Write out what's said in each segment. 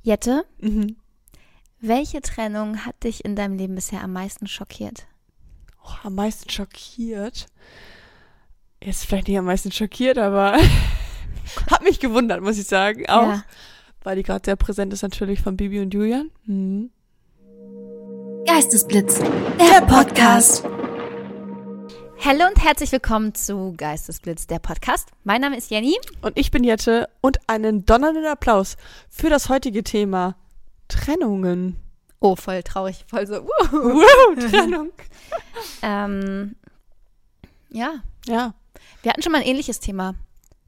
Jette, Mhm. welche Trennung hat dich in deinem Leben bisher am meisten schockiert? Oh, am meisten schockiert. Jetzt vielleicht nicht am meisten schockiert, aber hat mich gewundert, muss ich sagen. Auch Ja. weil die gerade sehr präsent ist natürlich von Bibi und Julian. Mhm. Geistesblitz, der Podcast. Hallo und herzlich willkommen zu Geistesblitz, der Podcast. Mein Name ist Jenny. Und ich bin Jette und einen donnernden Applaus für das heutige Thema Trennungen. Oh, voll traurig, voll so. Uh. Wow, Trennung. Ähm, ja, Ja, wir hatten schon mal ein ähnliches Thema.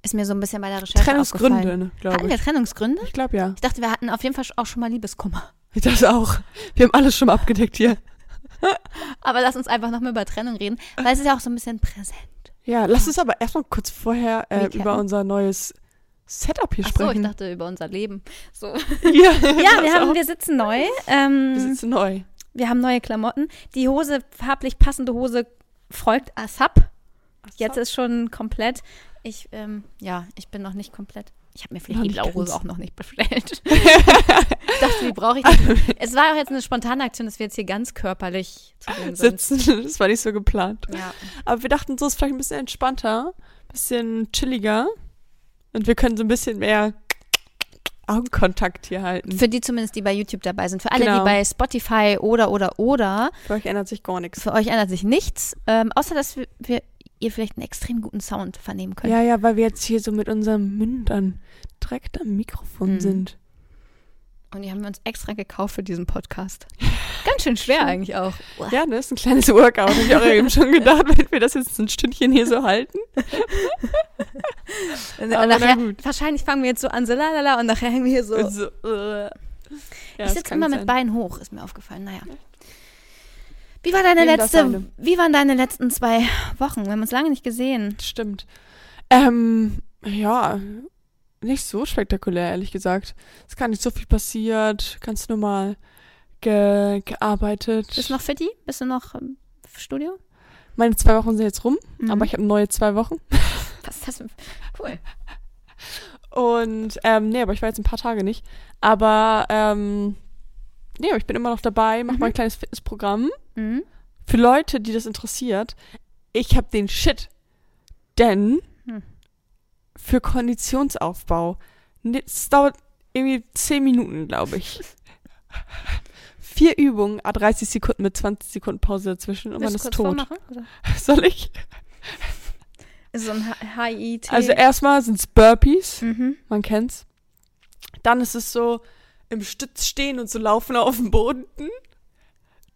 Ist mir so ein bisschen bei der Recherche aufgefallen. Trennungsgründe, Hatten glaube wir ich. Trennungsgründe? Ich glaube ja. Ich dachte, wir hatten auf jeden Fall auch schon mal Liebeskummer. Das auch. Wir haben alles schon mal abgedeckt hier. Aber lass uns einfach nochmal über Trennung reden, weil es ist ja auch so ein bisschen präsent. Ja, lass uns aber erstmal kurz vorher äh, Recappen. über unser neues Setup hier Ach so, ich sprechen. dachte über unser Leben. So. ja, Ja, wir, das haben, auch. wir sitzen neu. Ähm, Wir sitzen neu. Wir haben neue Klamotten. Die Hose, farblich passende Hose folgt ASAP. Jetzt ist schon komplett. Ich, ähm, ja, ich bin noch nicht komplett. Ich habe mir vielleicht Noch die nicht blaue ganz. Hose auch noch nicht bestellt. ich dachte, die brauche ich nicht. Es war auch jetzt eine spontane Aktion, dass wir jetzt hier ganz körperlich zu sehen sind. sitzen. Das war nicht so geplant. Ja. Aber wir dachten, so ist vielleicht ein bisschen entspannter, ein bisschen chilliger. Und wir können so ein bisschen mehr Augenkontakt hier halten. Für die zumindest, die bei YouTube dabei sind. Für alle, Genau. die bei Spotify oder oder oder, Für euch ändert sich gar nichts. für euch ändert sich nichts, ähm, außer dass wir, wir ihr vielleicht einen extrem guten Sound vernehmen könnt. Ja, ja, weil wir jetzt hier so mit unseren Mündern direkt am Mikrofon Mhm. sind. Und die haben wir uns extra gekauft für diesen Podcast. Ganz schön schwer eigentlich auch. Ja, ne, ist ein kleines Workout. Hab ich auch eben schon gedacht, wenn wir das jetzt ein Stündchen hier so halten. Und Aber na nachher, gut. wahrscheinlich fangen wir jetzt so an, so lalala, und nachher hängen wir hier so. Und so, äh. Ja, ich das sitze kann immer mit sein. Beinen hoch, ist mir aufgefallen. Naja. Wie war deine Jedem das letzte, seine. wie waren deine letzten zwei Wochen? Wir haben uns lange nicht gesehen. Stimmt. Ähm, ja, nicht so spektakulär, ehrlich gesagt. Es ist gar nicht so viel passiert, ganz normal ge gearbeitet. Bist du noch fitty? Bist du noch im Studio? Meine zwei Wochen sind jetzt rum, Mhm. aber ich habe neue zwei Wochen. Was ist das? denn- Cool. Und, ähm, nee, aber ich war jetzt ein paar Tage nicht. Aber, ähm, nee, aber ich bin immer noch dabei, mache Mhm. mein kleines Fitnessprogramm. Mhm. Für Leute, die das interessiert, ich habe den Shit. Denn Hm. für Konditionsaufbau, ne- es dauert irgendwie 10 Minuten, glaube ich. Vier Übungen, a 30 Sekunden mit 20 Sekunden Pause dazwischen und man Willst du kurz ist tot. vormachen? Oder? Soll ich? Ist so ein HIT. Also erstmal sind es Burpees, mhm. man kennt's. Dann ist es so im Stütz stehen und so laufen auf dem Boden.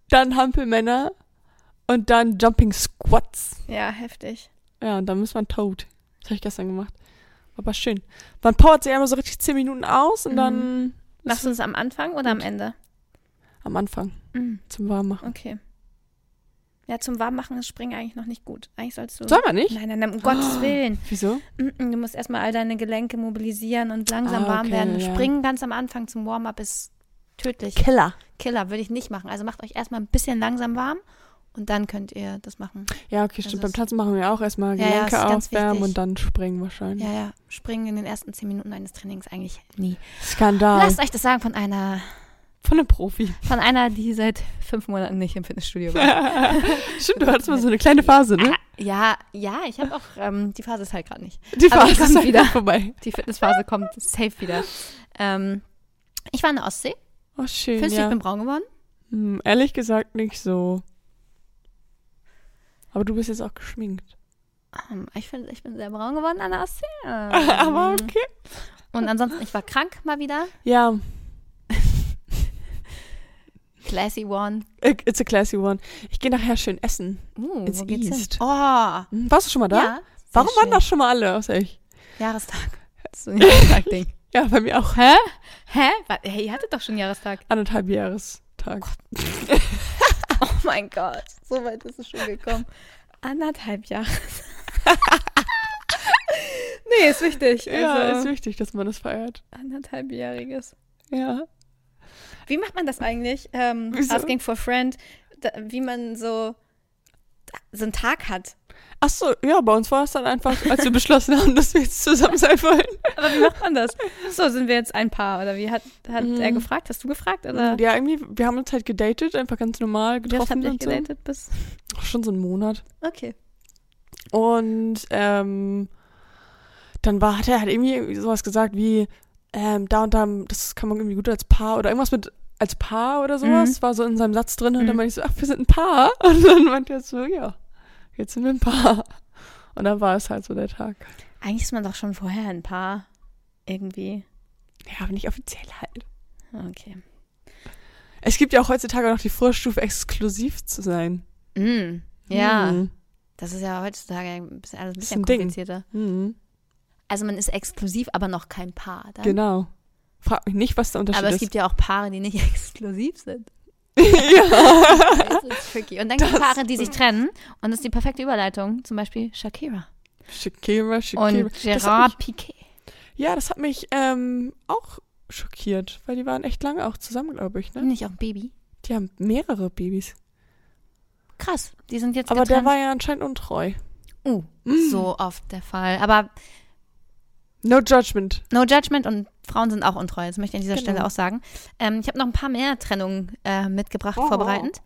Dann Hampelmänner und dann Jumping Squats. Ja, heftig. Ja, und dann ist man tot. Das habe ich gestern gemacht. War aber schön. Man powert sich einmal so richtig 10 Minuten aus und Mhm. dann Machst du es am Anfang oder am Ende? am Anfang Mhm. zum Warmmachen. Okay. Ja, zum Warmmachen ist Springen eigentlich noch nicht gut. Eigentlich sollst du. Soll Oh. man nicht? Nein, nein, nein, um Gottes Willen. Wieso? Mm-mm, Du musst erstmal all deine Gelenke mobilisieren und langsam Ah, warm okay, werden. ja. Springen ganz am Anfang zum Warm-up ist tödlich. Killer. Killer würde ich nicht machen. Also macht euch erstmal ein bisschen langsam warm und dann könnt ihr das machen. Ja, okay, stimmt. Also Beim es- Tanzen machen wir auch erstmal Ja, ja, Gelenke ist ganz aufwärmen wichtig. und dann springen wahrscheinlich. Ja, ja. Springen in den ersten zehn Minuten eines Trainings eigentlich nie. Skandal. Lasst euch das sagen von einer, Von einem Profi. von einer, die seit fünf Monaten nicht im Fitnessstudio war. stimmt, du hattest mal so eine kleine Phase, ne? Ah, Ja, ja, ich habe auch, ähm, die Phase ist halt gerade nicht. Die Aber die Phase ist kommt wieder. wieder vorbei. Die Fitnessphase kommt safe wieder. Ähm, ich war in der Ostsee. Oh, schön. Fühlst du, ich Ja. bin braun geworden? Hm, ehrlich gesagt nicht so. Aber du bist jetzt auch geschminkt. Ähm, Ich, find, ich bin sehr braun geworden an der Ostsee. Ähm, Aber okay. Und ansonsten, ich war krank mal wieder. Ja, Classy one. Äh, It's a classy one. Ich gehe nachher schön essen. Uh, It's wo geht's East. hin? Oh, Hm, Warst du schon mal da? ja. sehr Warum waren schön. da schon mal alle außer ich? Jahrestag. Das ist ein Jahrestag-Ding. Ja, bei mir auch. Hä? Hä? Wa- Hey, ihr hattet doch schon Jahrestag. Anderthalb Jahrestag. Oh mein Gott, so weit ist es schon gekommen. Anderthalb Jahre. nee, ist wichtig. Also, ja, ist wichtig, dass man das feiert. anderthalbjähriges. Ja. Wie macht man das eigentlich? Ähm, Wieso? Asking for a friend, da, wie man so so einen Tag hat. Ach so, ja, bei uns war es dann einfach, als wir beschlossen haben, dass wir jetzt zusammen sein wollen. Aber wie macht man das? So, sind wir jetzt ein Paar? Oder wie hat, hat Mhm. er gefragt? Hast du gefragt? Oder Ja, irgendwie, wir haben uns halt gedatet, einfach ganz normal wie oft habt getroffen ihr euch und so. halt gedatet bis? Ach, Schon so einen Monat. Okay. Und ähm, dann war, hat er halt irgendwie irgendwie sowas gesagt wie, ähm, da und da, das kann man irgendwie gut als Paar oder irgendwas mit als Paar oder sowas, war so in seinem Satz drin und Mhm. dann meinte ich so, ach, wir sind ein Paar. Und dann meinte er so, ja, jetzt sind wir ein Paar. Und dann war es halt so der Tag. Eigentlich ist man doch schon vorher ein Paar. Irgendwie. Ja, aber nicht offiziell halt. Okay. Es gibt ja auch heutzutage noch die Vorstufe, exklusiv zu sein. Mm. Ja, Mhm. das ist ja heutzutage ein bisschen, alles ein Ist bisschen ein Ding. komplizierter. Mhm. Also man ist exklusiv, aber noch kein Paar. Dann. Genau. Frag mich nicht, was der Unterschied Aber es ist. gibt ja auch Paare, die nicht exklusiv sind. ja. Das ist tricky. Und dann gibt es Paare, die sich trennen. Und das ist die perfekte Überleitung. Zum Beispiel Shakira. Shakira, Shakira. Und Das hat Gerard Piquet. Ja, das hat mich ähm, auch schockiert, weil die waren echt lange auch zusammen, glaube ich. Ne? Nicht auch ein Baby. Die haben mehrere Babys. Krass. Die sind jetzt Aber der getrennt. war ja anscheinend untreu. Uh, Mm. so oft der Fall. Aber No judgment. no judgment und Frauen sind auch untreu. Das möchte ich an dieser Genau. Stelle auch sagen. Ähm, ich habe noch ein paar mehr Trennungen äh, mitgebracht, Oh. vorbereitend.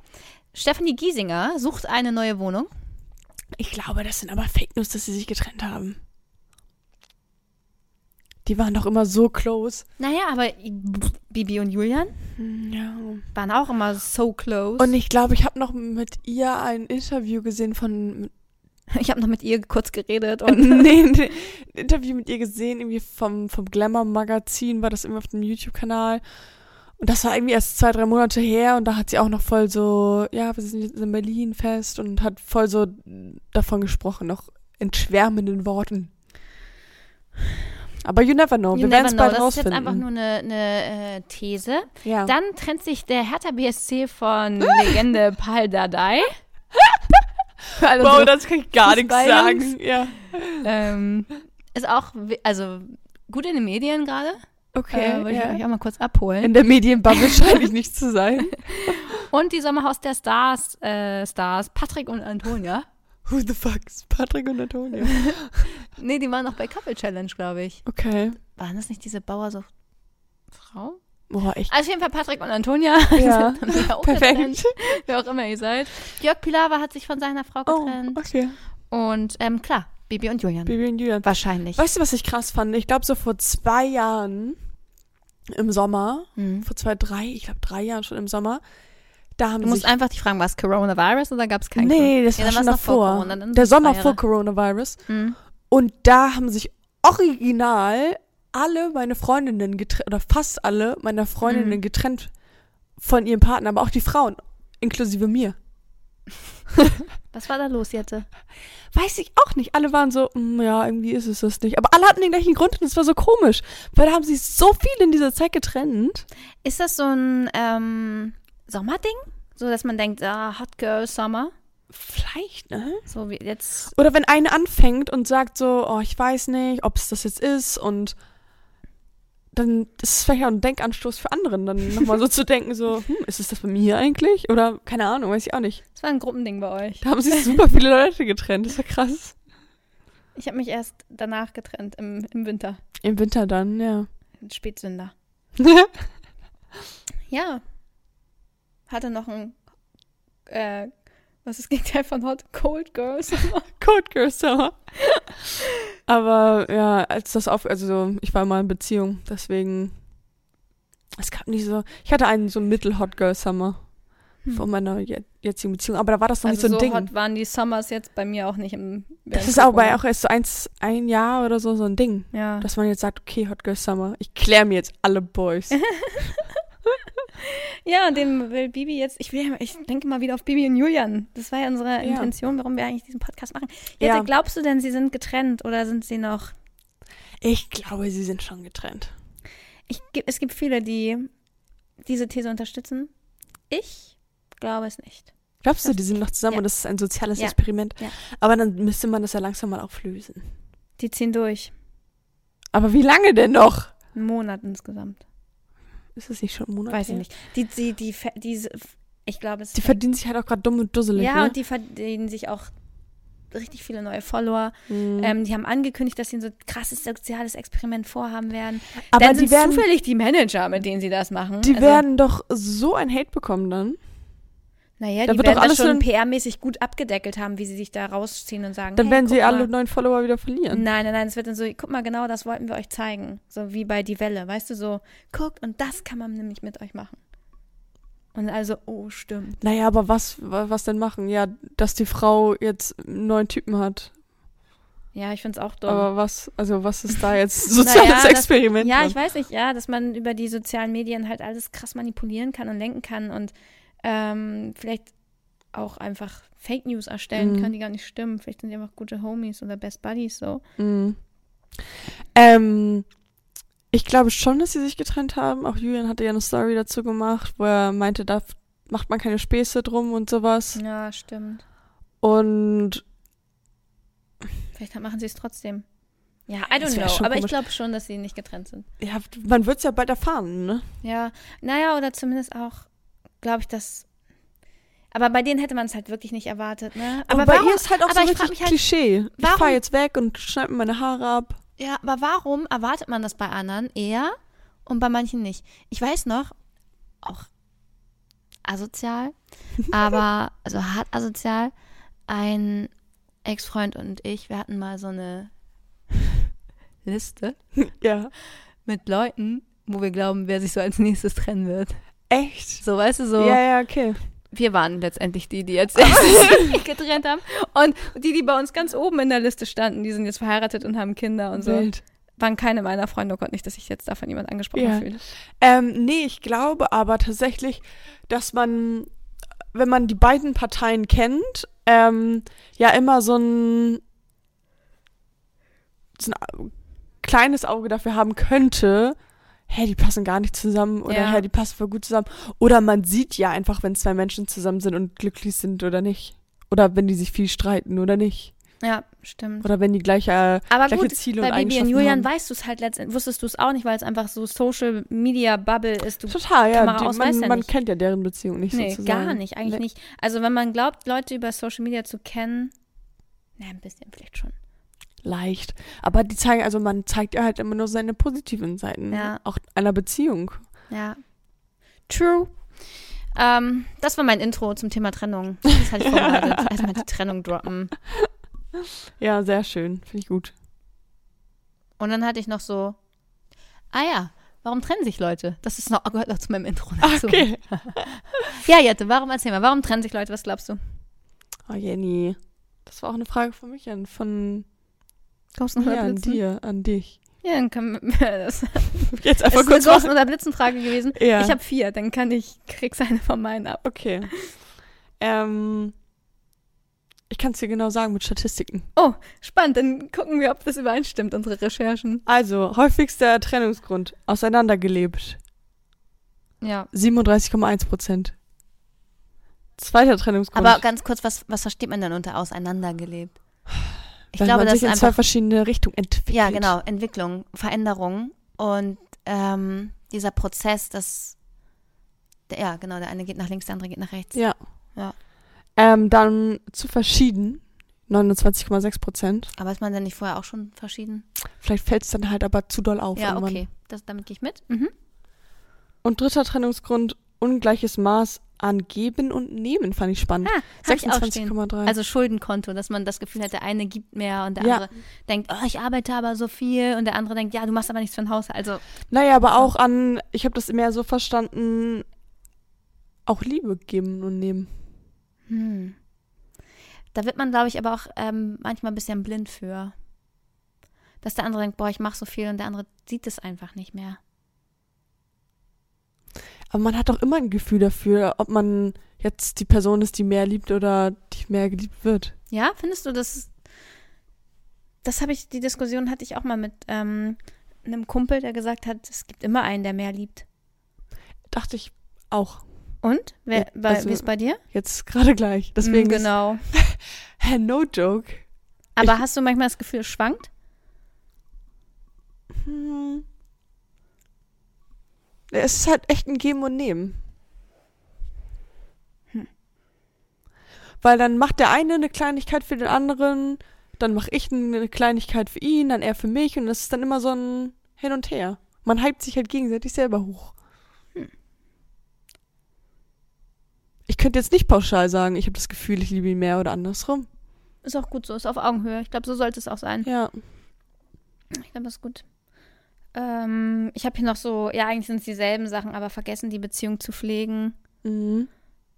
Stephanie Giesinger sucht eine neue Wohnung. Ich glaube, das sind aber Fake News, dass sie sich getrennt haben. Die waren doch immer so close. Naja, aber Bibi und Julian Hm, Ja. waren auch immer so close. Und ich glaube, ich habe noch mit ihr ein Interview gesehen von. ich habe noch mit ihr kurz geredet Genau, und nee, nee, ein Interview mit ihr gesehen, irgendwie vom, vom Glamour-Magazin, war das immer auf dem YouTube-Kanal. Und das war irgendwie erst zwei, drei Monate her und da hat sie auch noch voll so, ja, wir sind jetzt in Berlin fest und hat voll so davon gesprochen, noch in schwärmenden Worten. Aber you never know, you wir never werden es know. bald Das ist jetzt rausfinden. einfach nur eine, eine äh, These. ja. Dann trennt sich der Hertha BSC von Legende Pal Dardai. Für alle wow, so- das kann ich gar nichts Fußballjungs. sagen. Ja. ähm, ist auch, wi- also gut in den Medien gerade. Okay, äh, wollte ich euch ja. auch mal kurz abholen. in der Medienbubble scheine ich nicht zu sein. Und die Sommerhaus der Stars, äh, Stars, Patrick und Antonia. Who the fuck is Patrick und Antonio? Nee, die waren noch bei Couple Challenge, glaube ich. Okay. Waren das nicht diese Bauersucht? Frau? Boah, echt. Also auf jeden Fall Patrick und Antonia. Ja. Sind dann ja auch Perfekt. getrennt, Wer auch immer ihr seid. Jörg Pilawa hat sich von seiner Frau Oh, getrennt. okay. Und ähm, klar, Bibi und Julian. Baby und Julian. Wahrscheinlich. Weißt du, was ich krass fand? Ich glaube, so vor zwei Jahren im Sommer, Mhm. vor zwei, drei, ich glaube drei Jahren schon im Sommer, da haben Du musst sich... einfach dich fragen, war es Coronavirus oder gab es keinen nee, das Ja, dann war schon war's noch vor davor. Corona, dann sind Der es zwei Sommer Jahre. vor Coronavirus. Mhm. Und da haben sich original alle meine Freundinnen getrennt, oder fast alle meiner Freundinnen Mhm. getrennt von ihrem Partner, aber auch die Frauen, inklusive mir. Was war da los, Jette? Weiß ich auch nicht. Alle waren so, "Mm, ja, irgendwie ist es das nicht. Aber alle hatten den gleichen Grund und es war so komisch. Weil da haben sich so viele in dieser Zeit getrennt. Ist das so ein ähm, Sommerding? So, dass man denkt, ah, Hot Girl Summer. Vielleicht, ne? So wie jetzt. Oder wenn eine anfängt und sagt so, oh, ich weiß nicht, ob es das jetzt ist und dann ist es vielleicht auch ein Denkanstoß für anderen, dann nochmal so zu denken, so, hm, ist es das bei mir eigentlich? Oder keine Ahnung, weiß ich auch nicht. Das war ein Gruppending bei euch. Da haben sich super viele Leute getrennt, das ist ja krass. Ich habe mich erst danach getrennt, im, im Winter. Im Winter dann, ja. Ein Spätsünder. Ja. Hatte noch ein. Äh, was ist das Gegenteil von Hot? Cold Girl Summer. Code Girl Summer. Aber ja, als das auf, also so, ich war mal in Beziehung, deswegen, es gab nicht so, ich hatte einen so Mittel-Hot Girl Summer Hm. von meiner je- jetzigen Beziehung, aber da war das noch Also so, nicht so ein Ding. hot waren die Summers jetzt bei mir auch nicht im. Das während ist auch bei Corona. Ah. auch erst so eins, ein Jahr oder so, so ein Ding. Ja. Dass man jetzt sagt, okay, Hot Girl Summer, ich klär mir jetzt alle Boys. Mhm. Ja, und den will Bibi jetzt, ich, will, ja- ich denke mal wieder auf Bibi und Julian. Das war ja unsere Ja. Intention, warum wir eigentlich diesen Podcast machen. Jetzt, Ja. glaubst du denn, sie sind getrennt oder sind sie noch? Ich glaube, sie sind schon getrennt. Ich, ge- es gibt viele, die diese These unterstützen. Ich glaube es nicht. Glaubst du, die sind noch zusammen Ja. und das ist ein soziales Ja. Experiment? Ja. Aber dann müsste man das ja langsam mal auflösen. Die ziehen durch. Aber wie lange denn noch? Einen Monat insgesamt. Ist es nicht schon ein Monat? Weiß ich her? nicht. Die, die, die, ver- diese, ich glaube es. Die verdienen sich halt auch gerade dumm und dusselig. ja, ne? und die verdienen sich auch richtig viele neue Follower. Mhm. Ähm, die haben angekündigt, dass sie ein so krasses soziales Experiment vorhaben werden. Aber dann die sind werden- zufällig die Manager, mit denen sie das machen. Die Also, werden doch so ein Hate bekommen dann. Naja, da die wird werden doch alles das schon in- PR-mäßig gut abgedeckelt haben, wie sie sich da rausziehen und sagen. Dann hey, werden sie guck alle mal. Mhm. neuen Follower wieder verlieren. Nein, nein, nein, es wird dann so, guck mal genau, das wollten wir euch zeigen. So wie bei Die Welle, weißt du, so, guckt und das kann man nämlich mit euch machen. Und also, oh, stimmt. Naja, aber was, wa- was denn machen? Ja, dass die Frau jetzt einen neuen Typen hat. Ja, ich find's auch dumm. Aber was, also was ist da jetzt soziales das- Experiment? ja, dran? ich weiß nicht, ja, dass man über die sozialen Medien halt alles krass manipulieren kann und lenken kann und ähm, vielleicht auch einfach Fake News erstellen Mhm. kann, die gar nicht stimmen. Vielleicht sind die einfach gute Homies oder Best Buddies so. Mhm. Ähm, ich glaube schon, dass sie sich getrennt haben. Auch Julian hatte ja eine Story dazu gemacht, wo er meinte, da f- macht man keine Späße drum und sowas. Ja, stimmt. Und Vielleicht machen sie es trotzdem. Ja, I don't Das wär know, schon aber ich komisch. glaube schon, dass sie nicht getrennt sind. ja, man wird es ja bald erfahren, ne? Ja, naja, oder zumindest auch, glaube ich, dass. Aber bei denen hätte man es halt wirklich nicht erwartet, ne? Aber und bei warum, ihr ist halt auch aber so ich richtig frag mich halt, Klischee. Ich warum- fahr jetzt weg und schneid mir meine Haare ab. Ja, aber warum erwartet man das bei anderen eher und bei manchen nicht? Ich weiß noch, auch asozial, aber, also hart asozial, ein Ex-Freund und ich, wir hatten mal so eine Liste Ja. mit Leuten, wo wir glauben, wer sich so als nächstes trennen wird. Echt? So, weißt du, so. Ja, ja, okay. wir waren letztendlich die, die jetzt sich getrennt haben. Und die, die bei uns ganz oben in der Liste standen, die sind jetzt verheiratet und haben Kinder und so. Wild. Waren keine meiner Freunde. Oh Gott, nicht, dass ich jetzt davon jemand angesprochen Ja. fühle. Ähm, nee, ich glaube aber tatsächlich, dass man, wenn man die beiden Parteien kennt, ähm, ja immer so ein, so ein au- kleines Auge dafür haben könnte, hey, die passen gar nicht zusammen oder Ja. hey, die passen voll gut zusammen. Oder man sieht ja einfach, wenn zwei Menschen zusammen sind und glücklich sind oder nicht. Oder wenn die sich viel streiten oder nicht. Ja, stimmt. Oder wenn die gleiche, äh, Aber gleiche gut, Ziele und bei Bibi und Eigenschaften Julian haben. weißt du es halt letztendlich, wusstest du es auch nicht, weil es einfach so Social Media Bubble ist. Du, Total, ja. Kamera Die, aus man weiß ja man nicht. kennt ja deren Beziehung nicht nee, sozusagen. gar nicht, eigentlich Nee. nicht. Also wenn man glaubt, Leute über Social Media zu kennen, na, ein bisschen vielleicht schon. leicht. Aber die zeigen, also man zeigt ja halt immer nur seine positiven Seiten. Ja. Auch einer Beziehung. Ja. True. Ähm, das war mein Intro zum Thema Trennung. Das hatte ich vorbereitet. Erstmal die Trennung droppen. Ja, sehr schön. Finde ich gut. Und dann hatte ich noch so, ah ja, warum trennen sich Leute? Das ist noch, gehört noch zu meinem Intro Ah, dazu. okay. Ja, Jette, warum erzähl mal, warum trennen sich Leute? Was glaubst du? Oh, Jenny. Das war auch eine Frage von mich an, von Kommst du noch mir, ja, an Blitzen? dir, an dich. Ja, dann können wir, das ist Jetzt einfach eine kurz Ghost- machen. oder Blitzenfrage gewesen. Ja. Ich habe vier, dann kann ich, kriegst eine von meinen ab. okay. Ähm, ich kann es dir genau sagen mit Statistiken. Oh, spannend, dann gucken wir, ob das übereinstimmt, unsere Recherchen. Also, häufigster Trennungsgrund. Auseinandergelebt. Ja. 37,1 Prozent. Zweiter Trennungsgrund. Aber ganz kurz, was, was versteht man denn unter auseinandergelebt? Ich weil glaube, man das sich ist in zwei einfach. verschiedene Richtungen entwickelt. Ja, genau. Entwicklung, Veränderung und ähm, dieser Prozess, das. Der, ja, genau. Der eine geht nach links, der andere geht nach rechts. Ja. Ja. Ähm, dann zu verschieden, 29,6 Prozent. Aber ist man denn nicht vorher auch schon verschieden? Vielleicht fällt es dann halt aber zu doll auf. ja, irgendwann. okay. Das, damit gehe ich mit. Mhm. Und dritter Trennungsgrund, ungleiches Maß an Geben und Nehmen, fand ich spannend. Ah, hab ich auch stehen. 26,3. Also Schuldenkonto, dass man das Gefühl hat, der eine gibt mehr und der Ja. andere denkt, oh, ich arbeite aber so viel und der andere denkt, ja, du machst aber nichts für den Haushalt. Also naja, aber auch an, ich habe das mehr so verstanden, auch Liebe geben und nehmen. Hm. Da wird man, glaube ich, aber auch ähm, manchmal ein bisschen blind für. Dass der andere denkt, boah, ich mache so viel und der andere sieht es einfach nicht mehr. Aber man hat doch immer ein Gefühl dafür, ob man jetzt die Person ist, die mehr liebt oder die mehr geliebt wird. Ja, findest du das? Das habe ich, die Diskussion hatte ich auch mal mit ähm, einem Kumpel, der gesagt hat, es gibt immer einen, der mehr liebt. Dachte ich auch. Und? Wer, Ja, bei, also- wie ist bei dir? Jetzt gerade gleich. Deswegen Hm, ist- genau. Hä, no joke. Aber hast du manchmal das Gefühl, es schwankt? Hm. Es ist halt echt ein Geben und Nehmen. Weil dann macht der eine eine Kleinigkeit für den anderen, dann mache ich eine Kleinigkeit für ihn, dann er für mich und es ist dann immer so ein Hin und Her. Man hypt sich halt gegenseitig selber hoch. Ich könnte jetzt nicht pauschal sagen, ich habe das Gefühl, ich liebe ihn mehr oder andersrum. Ist auch gut so, ist auf Augenhöhe. Ich glaube, so sollte es auch sein. Ja. Ich glaube, das ist gut. Ähm, ich habe hier noch so, ja, eigentlich sind es dieselben Sachen, aber vergessen, die Beziehung zu pflegen. Mhm.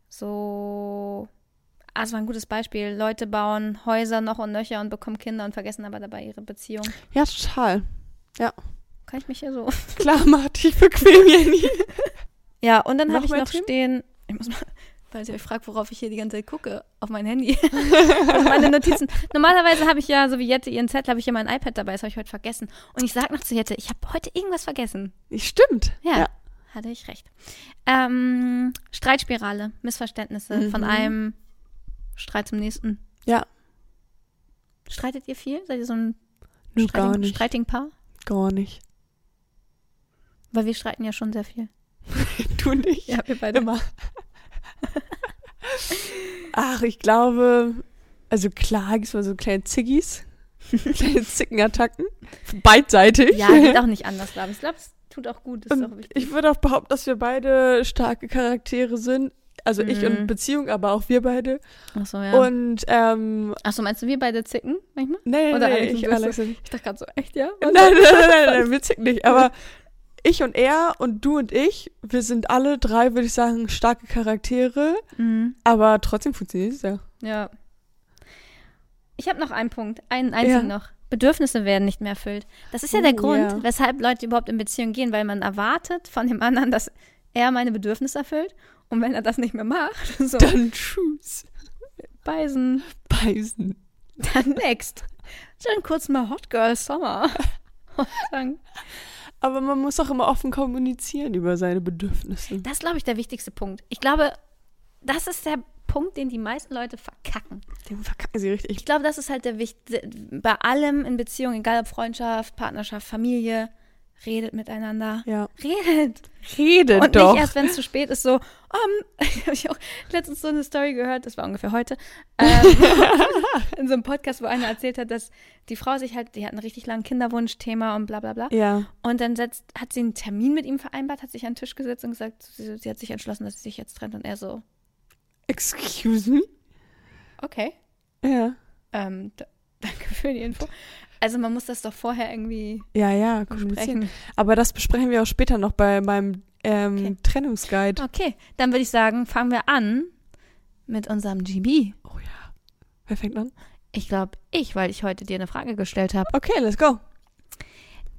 So. Ah, es war ein gutes Beispiel. Leute bauen Häuser noch und nöcher und bekommen Kinder und vergessen aber dabei ihre Beziehung. Ja, total. Kann ich mich hier so. Klar, mach dich bequem, Jenny. Ja, und dann habe ich Nochmal, noch Tim? stehen. Ich muss mal, falls ihr euch fragt, worauf ich hier die ganze Zeit gucke, auf mein Handy. also meine Notizen. Normalerweise habe ich ja, so wie Jette ihren Zettel, habe ich ja mein iPad dabei, das habe ich heute vergessen. Und ich sage noch zu Jette, ich habe heute irgendwas vergessen. Stimmt. Ja. Hatte ich recht. Ähm, Streitspirale, Missverständnisse Mhm. von einem Streit zum nächsten. Ja. Streitet ihr viel? Seid ihr so ein Nun gar streiting, nicht. streiting Paar? Gar nicht. Weil wir streiten ja schon sehr viel. Du nicht. wir beide. Immer. Ach, ich glaube, also klar gibt es mal so kleine Ziggis, kleine Zickenattacken, beidseitig. Ja, geht auch nicht anders, glaube ich. Ich glaube, es tut auch gut. Ist doch Und wichtig. ich würde auch behaupten, dass wir beide starke Charaktere sind. Also ich Mhm. und Beziehung, aber auch wir beide. Achso, ja. Und, ähm, Achso, meinst du, wir beide zicken manchmal? nee, Oder nee, Alex und ich, Bisse. Alex und Ich dachte gerade so, echt, ja? Nein, nein, nein, nein, nein, wir zicken nicht. Aber ich und er und du und ich, wir sind alle drei, würde ich sagen, starke Charaktere. Mhm. Aber trotzdem funktioniert es ja. Ja. Ich habe noch einen Punkt, einen einzigen Ja. noch. Bedürfnisse werden nicht mehr erfüllt. Das ist ja der Oh, Grund, ja. weshalb Leute überhaupt in Beziehung gehen, weil man erwartet von dem anderen, dass er meine Bedürfnisse erfüllt. Und wenn er das nicht mehr macht, so Dann tschüss. beißen, Beißen. dann next. Dann kurz mal Hot Girl Summer. Und dann- Aber man muss auch immer offen kommunizieren über seine Bedürfnisse. Das ist, glaube ich, der wichtigste Punkt. Ich glaube, das ist der Punkt, den die meisten Leute verkacken. Den verkacken sie richtig. Ich glaube, das ist halt der wichtigste. Bei allem in Beziehung, egal ob Freundschaft, Partnerschaft, Familie, redet miteinander. Ja. Redet. Redet Und Äh, doch. nicht erst, wenn es zu spät ist, so, um, habe ich auch letztens so eine Story gehört, das war ungefähr heute, ähm, in so einem Podcast, wo einer erzählt hat, dass die Frau sich halt, die hat einen richtig langen Kinderwunschthema und bla bla bla. ja. Und dann setzt, hat sie einen Termin mit ihm vereinbart, hat sich an den Tisch gesetzt und gesagt, sie, sie hat sich entschlossen, dass sie sich jetzt trennt. Und er so, Excuse me? okay. Ja. Ähm, d- danke für die Info. Also man muss das doch vorher irgendwie Ja, ja, kommunizieren. besprechen. Aber das besprechen wir auch später noch bei meinem ähm, Okay. Trennungsguide. Okay, dann würde ich sagen, fangen wir an mit unserem GB. Oh ja. Wer fängt an? Ich glaube, ich, weil ich heute dir eine Frage gestellt habe. Okay, let's go.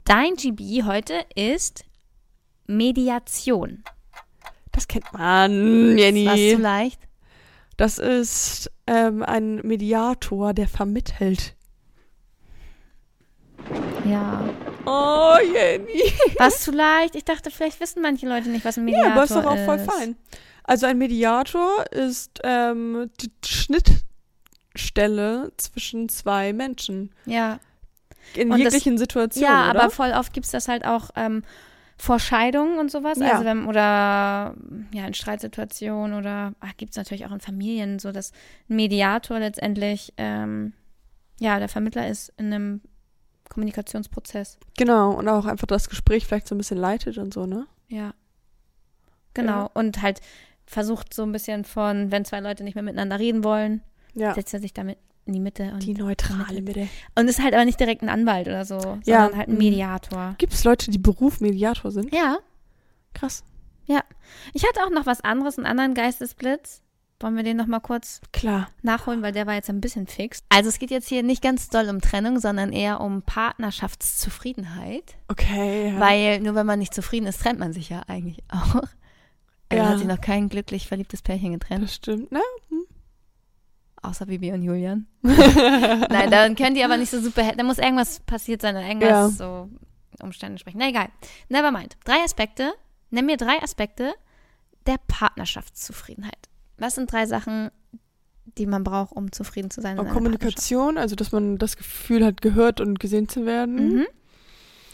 Dein GB heute ist Mediation. Das kennt man, Jenny. War zu leicht? Das ist ähm, ein Mediator, der vermittelt. Ja. Oh, Jenny. War zu leicht? Ich dachte, vielleicht wissen manche Leute nicht, was ein Ja, Mediator aber ist ist. doch auch voll fein. Also ein Mediator ist ähm, die Schnittstelle zwischen zwei Menschen. Ja, In Und das- jeglichen Situationen, ja oder? aber voll oft gibt es das halt auch ähm, vor Scheidungen und sowas. Ja. Also wenn, oder ja, in Streitsituationen oder gibt es natürlich auch in Familien, so dass ein Mediator letztendlich ähm, ja der Vermittler ist in einem Kommunikationsprozess. genau, und auch einfach das Gespräch vielleicht so ein bisschen leitet und so, ne? Ja. Genau. Und halt versucht so ein bisschen von, wenn zwei Leute nicht mehr miteinander reden wollen, Ja. setzt er sich damit in die Mitte und, Die neutrale vermittelt. Mitte. und ist halt aber nicht direkt ein Anwalt oder so, sondern Ja. halt ein Mhm. Mediator. Gibt es Leute, die Beruf Mediator sind? Ja. Krass. Ich hatte auch noch was anderes, einen anderen Geistesblitz. Wollen wir den nochmal kurz Klar. nachholen, weil der war jetzt ein bisschen fix. Also es geht jetzt hier nicht ganz doll um Trennung, sondern eher um Partnerschaftszufriedenheit. Okay. Ja. Weil nur wenn man nicht zufrieden ist, trennt man sich ja eigentlich auch. Also Ja. hat sich noch kein glücklich verliebtes Pärchen getrennt, das stimmt, ne? außer Bibi und Julian. Nein, dann können die aber nicht so super, he- da muss irgendwas passiert sein, oder irgendwas Ja. so Umstände sprechen. Na egal, never mind. Drei Aspekte, nenn mir drei Aspekte der Partnerschaftszufriedenheit. Was sind drei Sachen, die man braucht, um zufrieden zu sein? in Und einer Oh, Kommunikation, also dass man das Gefühl hat, gehört und gesehen zu Partnerschaft? werden. Mhm.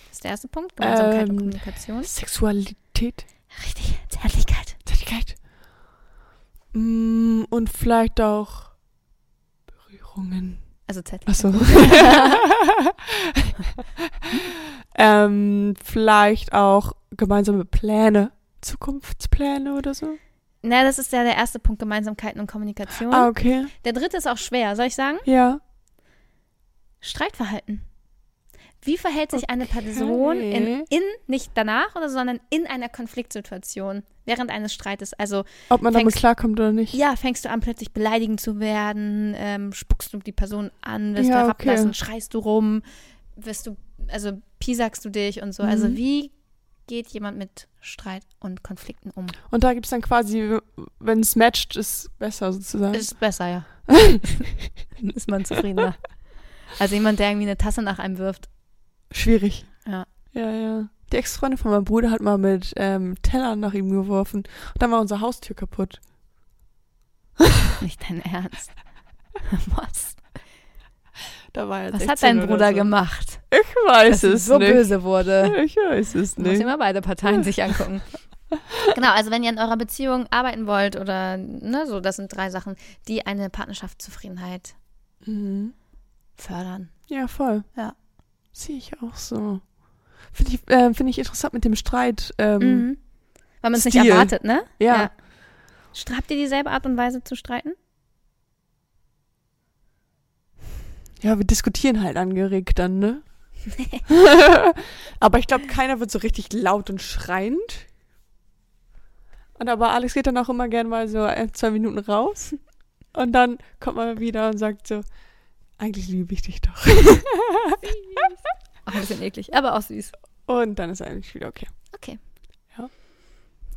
Das ist der erste Punkt, Gemeinsamkeit und Ähm. Kommunikation. Sexualität. Richtig, Zärtlichkeit. Tätigkeit. Mm, Und vielleicht auch Erinnerungen. Also Zettel. Achso. ähm, vielleicht auch gemeinsame Pläne. Zukunftspläne oder Mhm. so. Na, das ist ja der erste Punkt, Gemeinsamkeiten und Kommunikation. Ah, okay. Der dritte ist auch schwer, soll ich sagen? Ja. Streitverhalten. Wie verhält sich eine Person in, in, nicht danach oder, sondern in einer Konfliktsituation während eines Streites? Also, Ob man damit Fängst- klarkommt oder nicht. ja, fängst du an, plötzlich beleidigend zu werden, ähm, spuckst du die Person an, wirst Ja, du okay. herablassen, schreist du rum, wirst du, also piesagst du dich und so. Also, Mhm. wie geht jemand mit Streit und Konflikten um? Und da gibt es dann quasi, wenn es matcht, ist besser sozusagen. Ist besser, ja. Dann ist man zufriedener. Also jemand, der irgendwie eine Tasse nach einem wirft. Schwierig. Ja. Ja, ja. Die Ex-Freundin von meinem Bruder hat mal mit ähm, Tellern nach ihm geworfen. Und dann war unsere Haustür kaputt. Nicht dein Ernst. Was? Da war er Was 16 hat dein oder Bruder so. gemacht? Ich weiß Dass es es so nicht. böse wurde. Ich weiß es Muss nicht. immer beide Parteien sich angucken. genau, also wenn ihr in eurer Beziehung arbeiten wollt oder ne, so, das sind drei Sachen, die eine Partnerschaftszufriedenheit Mhm. fördern. Ja, voll. Ja. Sehe ich auch so. Finde ich, äh, find ich interessant mit dem Streit. Ähm, Mhm. Weil man es nicht Stil. erwartet, ne? ja. ja. Stra- Habt ihr dieselbe Art und Weise zu streiten? Ja, wir diskutieren halt angeregt dann, ne? aber ich glaube, keiner wird so richtig laut und schreiend. Und aber Alex geht dann auch immer gern mal so ein, zwei Minuten raus. Und dann kommt man wieder und sagt so, eigentlich liebe ich dich doch. Auch ein bisschen eklig, aber auch süß. Und dann ist eigentlich wieder okay.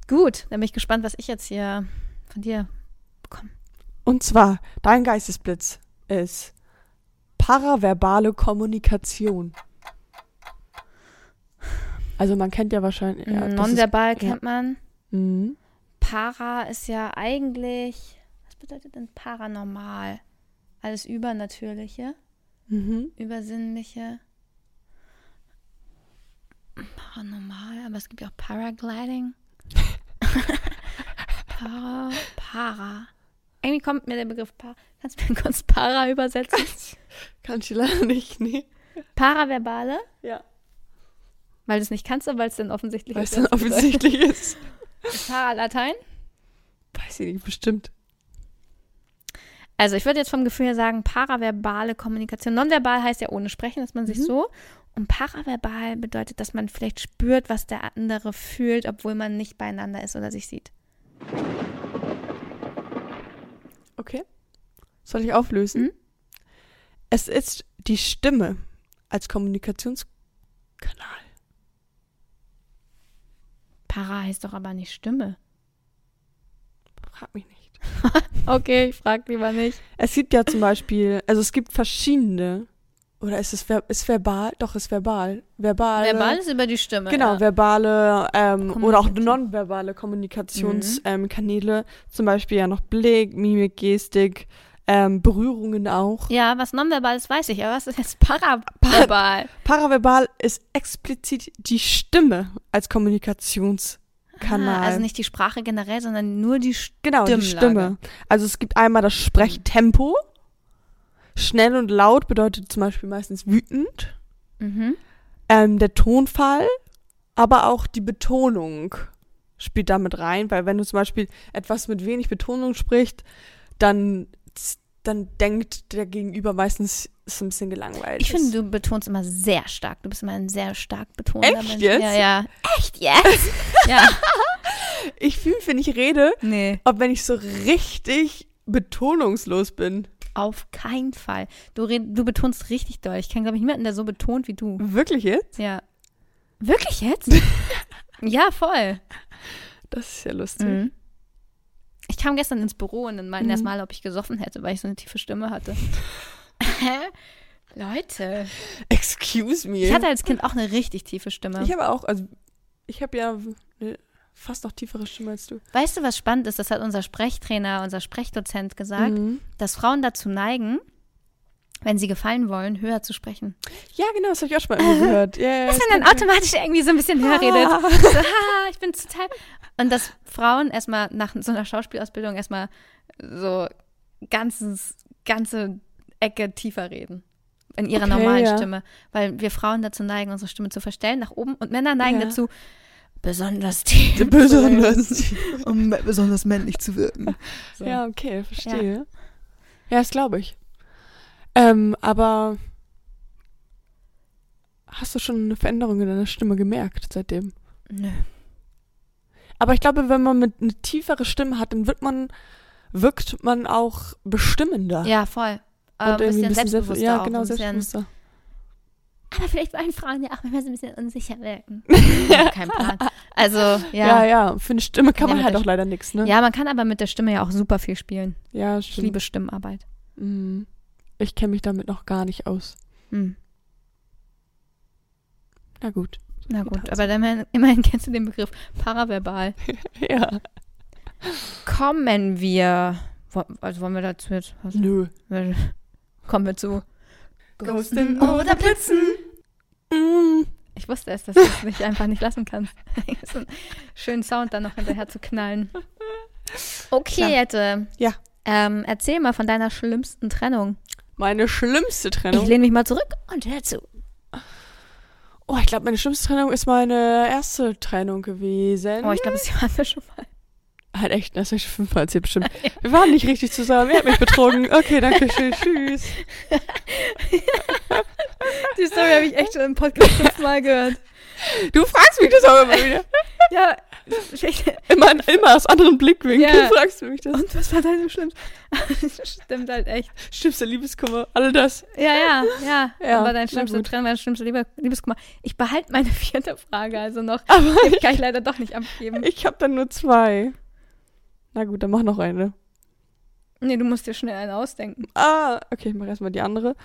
Gut, dann bin ich gespannt, was ich jetzt hier von dir bekomme. Und zwar, dein Geistesblitz ist paraverbale Kommunikation. Also man kennt ja wahrscheinlich. Ja, das ist- Nonverbal ja. kennt man. Mhm. Para ist ja eigentlich. Was bedeutet denn paranormal? Alles Übernatürliche, Mhm. Übersinnliche. Paranormal, aber es gibt ja auch Paragliding. para, para. Irgendwie kommt mir der Begriff Para. Kannst du mir kurz Para übersetzen? Kann ich leider nicht, nee. Paraverbale, Ja. weil du es nicht kannst, aber weil es dann offensichtlich Weil es ist. dann was es bedeutet. offensichtlich ist. Paralatein. Weiß ich nicht, bestimmt. Also ich würde jetzt vom Gefühl her sagen, paraverbale Kommunikation. Nonverbal heißt ja ohne Sprechen, dass man sich Mhm. so. Und paraverbal bedeutet, dass man vielleicht spürt, was der andere fühlt, obwohl man nicht beieinander ist oder sich sieht. Okay. Soll ich auflösen? Mhm. Es ist die Stimme als Kommunikationskanal. Para heißt doch aber nicht Stimme. Frag mich nicht. Okay, ich frag lieber nicht. Es gibt ja zum Beispiel, also es gibt verschiedene. Oder ist es ver ist verbal? Doch, ist verbal. Verbal. Verbal ist über die Stimme. Genau, ja. verbale ähm, oder auch Kommunikation. nonverbale Kommunikationskanäle, ähm, Kanäle. zum Beispiel ja noch Blick, Mimik, Gestik, ähm, Berührungen auch. ja, was nonverbal ist, weiß ich, aber was ist jetzt paraverbal? Paraverbal ist explizit die Stimme als Kommunikationskanal. Ah, also nicht die Sprache generell, sondern nur die Stimme. genau, die Stimme. Stimmlage. Also es gibt einmal das Sprechtempo. Schnell und laut bedeutet zum Beispiel meistens wütend. Mhm. Ähm, der Tonfall, aber auch die Betonung spielt damit rein, weil wenn du zum Beispiel etwas mit wenig Betonung sprichst, dann, dann denkt der Gegenüber meistens, es ist ein bisschen gelangweilt. Ich finde, du betonst immer sehr stark. Du bist immer ein sehr stark betonter Echt Mensch. jetzt? Ja, ja. Echt jetzt? ja. ich fühle, wenn ich rede, Nee. ob wenn ich so richtig betonungslos bin. Auf keinen Fall. Du, red, du betonst richtig doll. Ich kenne, glaube ich, niemanden, der so betont wie du. Wirklich jetzt? Ja. Wirklich jetzt? ja, voll. Das ist ja lustig. Mhm. Ich kam gestern ins Büro und dann meinten Mhm. erstmal, ob ich gesoffen hätte, weil ich so eine tiefe Stimme hatte. Hä? Leute. Excuse me. Ich hatte als Kind auch eine richtig tiefe Stimme. Ich habe auch, also ich habe ja eine fast noch tiefere Stimme als du. Weißt du, was spannend ist? Das hat unser Sprechtrainer, unser Sprechdozent gesagt, Mhm. dass Frauen dazu neigen, wenn sie gefallen wollen, höher zu sprechen. Ja, genau, das habe ich auch schon mal immer gehört. Yeah, Dass man dann automatisch irgendwie so ein bisschen höher redet. so, haha, Ah, ich bin total. Und dass Frauen erstmal nach so einer Schauspielausbildung erstmal so ganzes, ganze Ecke tiefer reden. In ihrer Okay, normalen ja. Stimme. Weil wir Frauen dazu neigen, unsere Stimme zu verstellen nach oben und Männer neigen Ja. dazu, besonders tief. zu reden. um besonders männlich zu wirken. So. Ja, okay, verstehe. Ja, das glaube ich. Ähm, aber hast du schon eine Veränderung in deiner Stimme gemerkt seitdem? Nö. Aber ich glaube, wenn man mit eine tiefere Stimme hat, dann wird man, wirkt man auch bestimmender. Ja, voll. Äh, ein irgendwie bisschen selbst- selbstbewusster. Ja, auch, genau, ein bisschen, selbstbewusster. aber vielleicht wollen Frauen ja auch manchmal so ein bisschen unsicher wirken. ja, kein Plan. Also, Ja, ja. ja. ja, für eine Stimme kann Ja, man mit halt der auch leider nichts, ne? man kann aber mit der Stimme ja auch super viel spielen. ja Ich stimmt. liebe Stimmenarbeit. Mhm. Ich kenne mich damit noch gar nicht aus. Hm. Na gut. Na gut, also. Tatsache. aber immerhin, immerhin kennst du den Begriff paraverbal. Ja. Kommen wir. wo- Also wollen wir dazu jetzt. Was, Nö. kommen wir zu. Ghosten oder Blitzen? Mhm. Ich wusste es, dass du es nicht einfach nicht lassen kannst. so einen schönen Sound dann noch hinterher zu knallen. Okay, Klar. Jette. Ja. Ähm, erzähl mal von deiner schlimmsten Trennung. Meine schlimmste Trennung. Ich lehne mich mal zurück und hör zu. Oh, ich glaube, meine schlimmste Trennung ist meine erste Trennung gewesen. Oh, ich glaube, das waren wir schon mal. halt echt, das habe ich fünfmal erzählt, bestimmt. Wir waren nicht richtig zusammen, er hat mich betrogen. Okay, danke schön, tschüss. Die Story habe ich echt schon im Podcast fünfmal gehört. Du fragst mich das auch immer wieder. Ja. Immer, immer aus anderen Blickwinkeln Ja. fragst du mich das. Und was war deine schlimmste? Stimmt halt echt. Schlimmster Liebeskummer, all das. Ja, ja, ja. Ja, Aber dein na schlimmster gut. Trend, dein schlimmster Liebe- Liebeskummer. Ich behalte meine vierte Frage also noch. Aber Die kann ich leider doch nicht abgeben. ich habe dann nur zwei. Na gut, dann mach noch eine. Nee, du musst dir schnell eine ausdenken. Ah, okay, ich mache erstmal die andere.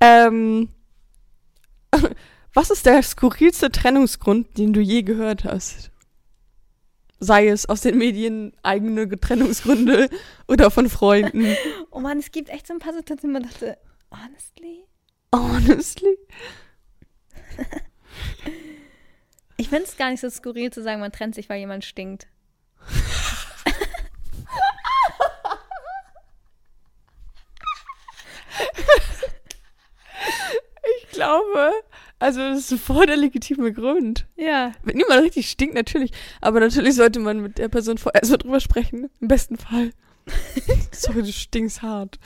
Ähm, was ist der skurrilste Trennungsgrund, den du je gehört hast? Sei es aus den Medien eigene Trennungsgründe oder von Freunden. Oh Mann, es gibt echt so ein paar Situationen, wo man dachte, honestly? Honestly? Ich finde es gar nicht so skurril zu sagen, man trennt sich, weil jemand stinkt. Ich glaube, also das ist voll der legitime Grund. Ja. Wenn niemand richtig stinkt, natürlich. Aber natürlich sollte man mit der Person vorher so drüber sprechen. Im besten Fall. Sorry, du stinkst hart.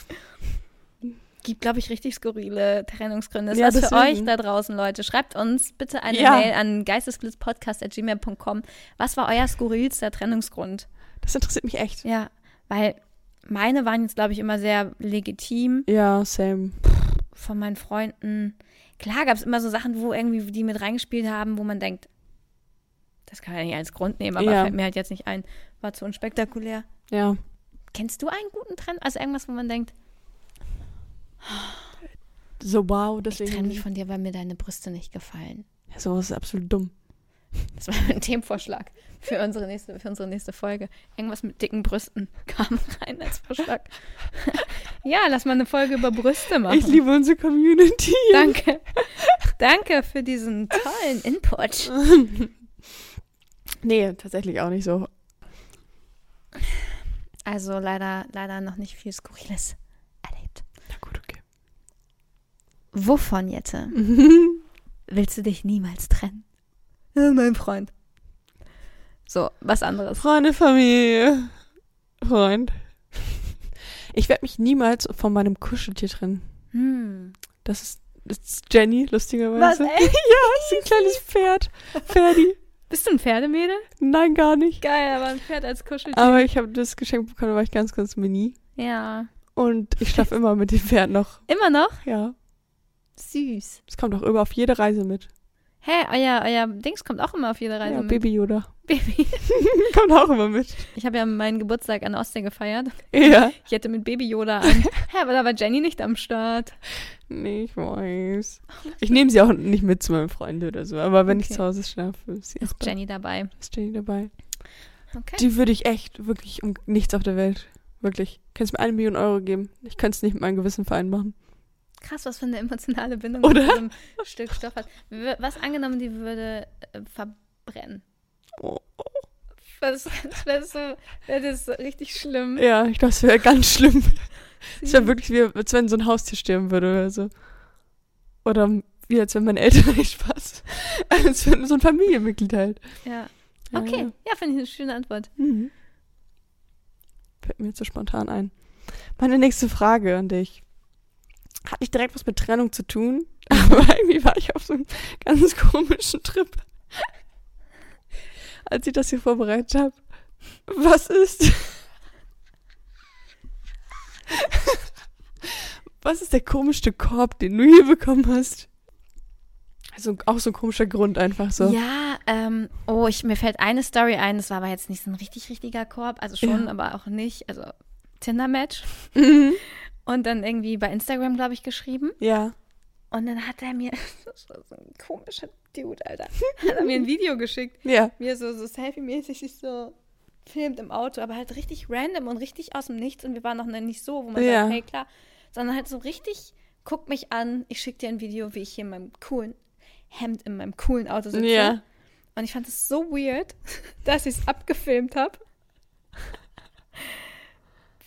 Gibt, glaube ich, richtig skurrile Trennungsgründe. Das Ja, ja, war's für euch deswegen. da draußen, Leute. Schreibt uns bitte eine Ja. Mail an geistesblitzpodcast.gmail.com. Was war euer skurrilster Trennungsgrund? Das interessiert mich echt. Ja, weil meine waren jetzt, glaube ich, immer sehr legitim. Ja, same. von meinen Freunden. Klar gab es immer so Sachen, wo irgendwie die mit reingespielt haben, wo man denkt, das kann man ja nicht als Grund nehmen, aber Ja. fällt mir halt jetzt nicht ein. War zu unspektakulär. Ja. Kennst du einen guten Trend? Also irgendwas, wo man denkt, So wow, ich trenne deswegen. mich von dir, weil mir deine Brüste nicht gefallen. Ja, sowas ist absolut dumm. Das war mein Themenvorschlag für unsere nächste, für unsere nächste Folge. Irgendwas mit dicken Brüsten kam rein als Vorschlag. ja, lass mal eine Folge über Brüste machen. Ich liebe unsere Community. Danke. Danke für diesen tollen Input. Nee, tatsächlich auch nicht so. Also leider, leider noch nicht viel Skurriles erlebt. Na gut, okay. Wovon, Jette, willst du dich niemals trennen? Ja, mein Freund. So, was anderes. Freunde, Familie, Freund. Ich werde mich niemals von meinem Kuscheltier trennen. Hm. Das ist, das ist Jenny, lustigerweise. echt? Das ist ein kleines Pferd. Ferdi. Bist du ein Pferdemädel? Nein, gar nicht. Geil, aber ein Pferd als Kuscheltier. Aber ich habe das Geschenk bekommen, da war ich ganz, ganz mini. Ja. Und ich schlafe immer mit dem Pferd noch. Immer noch? Ja. Süß. Es kommt auch immer auf jede Reise mit. Hä, euer, euer Dings kommt auch immer auf jede Reise ja, mit. Baby Yoda. Baby. kommt auch immer mit. Ich habe ja meinen Geburtstag an der Ostsee gefeiert. Ja. Ich hätte mit Baby Yoda an. Hä, aber da war Jenny nicht am Start. Nee, ich weiß. Ich nehme sie auch nicht mit zu meinem Freund oder so, aber wenn ich Okay. zu Hause schlafe, ist, sie Ist auch da. Jenny dabei. ist Jenny dabei. Okay. Die würde ich echt wirklich um nichts auf der Welt. Wirklich. Könntest mir eine Million Euro geben. Ich könnte es nicht mit meinem Gewissen vereinbaren. Krass, was für eine emotionale Bindung Oder? man zu einem Stück Stoff hat. W- Was angenommen, die würde äh, verbrennen? Oh. Das, das wäre so, wär das so richtig schlimm. Ja, ich glaube, es wäre ganz schlimm. Es wäre wirklich wie, als wenn so ein Haustier sterben würde oder so. Oder wie, als wenn meine Eltern nicht Spaß. Als wenn so ein Familienmitglied halt. Ja. Ja, Okay, ja. ja, finde ich eine schöne Antwort. Mhm. Fällt mir jetzt so spontan ein. Meine nächste Frage an dich. Hat nicht direkt was mit Trennung zu tun, aber irgendwie war ich auf so einem ganz komischen Trip, als ich das hier vorbereitet habe. Was ist. Was ist der komischste Korb, den du hier bekommen hast? Also auch so ein komischer Grund einfach so. Ja, ähm, oh, ich, mir fällt eine Story ein, das war aber jetzt nicht so ein richtig richtiger Korb, also schon, Ja. aber auch nicht, also Tinder-Match. Mhm. Und dann irgendwie bei Instagram, glaube ich, geschrieben. Ja. Und dann hat er mir, das war so ein komischer Dude, Alter, hat er mir ein Video geschickt. Ja. mir so, so selfie-mäßig sich so filmt im Auto, aber halt richtig random und richtig aus dem Nichts und wir waren noch nicht so, wo man Ja. sagt, hey, klar, sondern halt so richtig, guck mich an, ich schick dir ein Video, wie ich hier in meinem coolen Hemd, in meinem coolen Auto sitze. Ja. Und ich fand es so weird, dass ich es abgefilmt habe.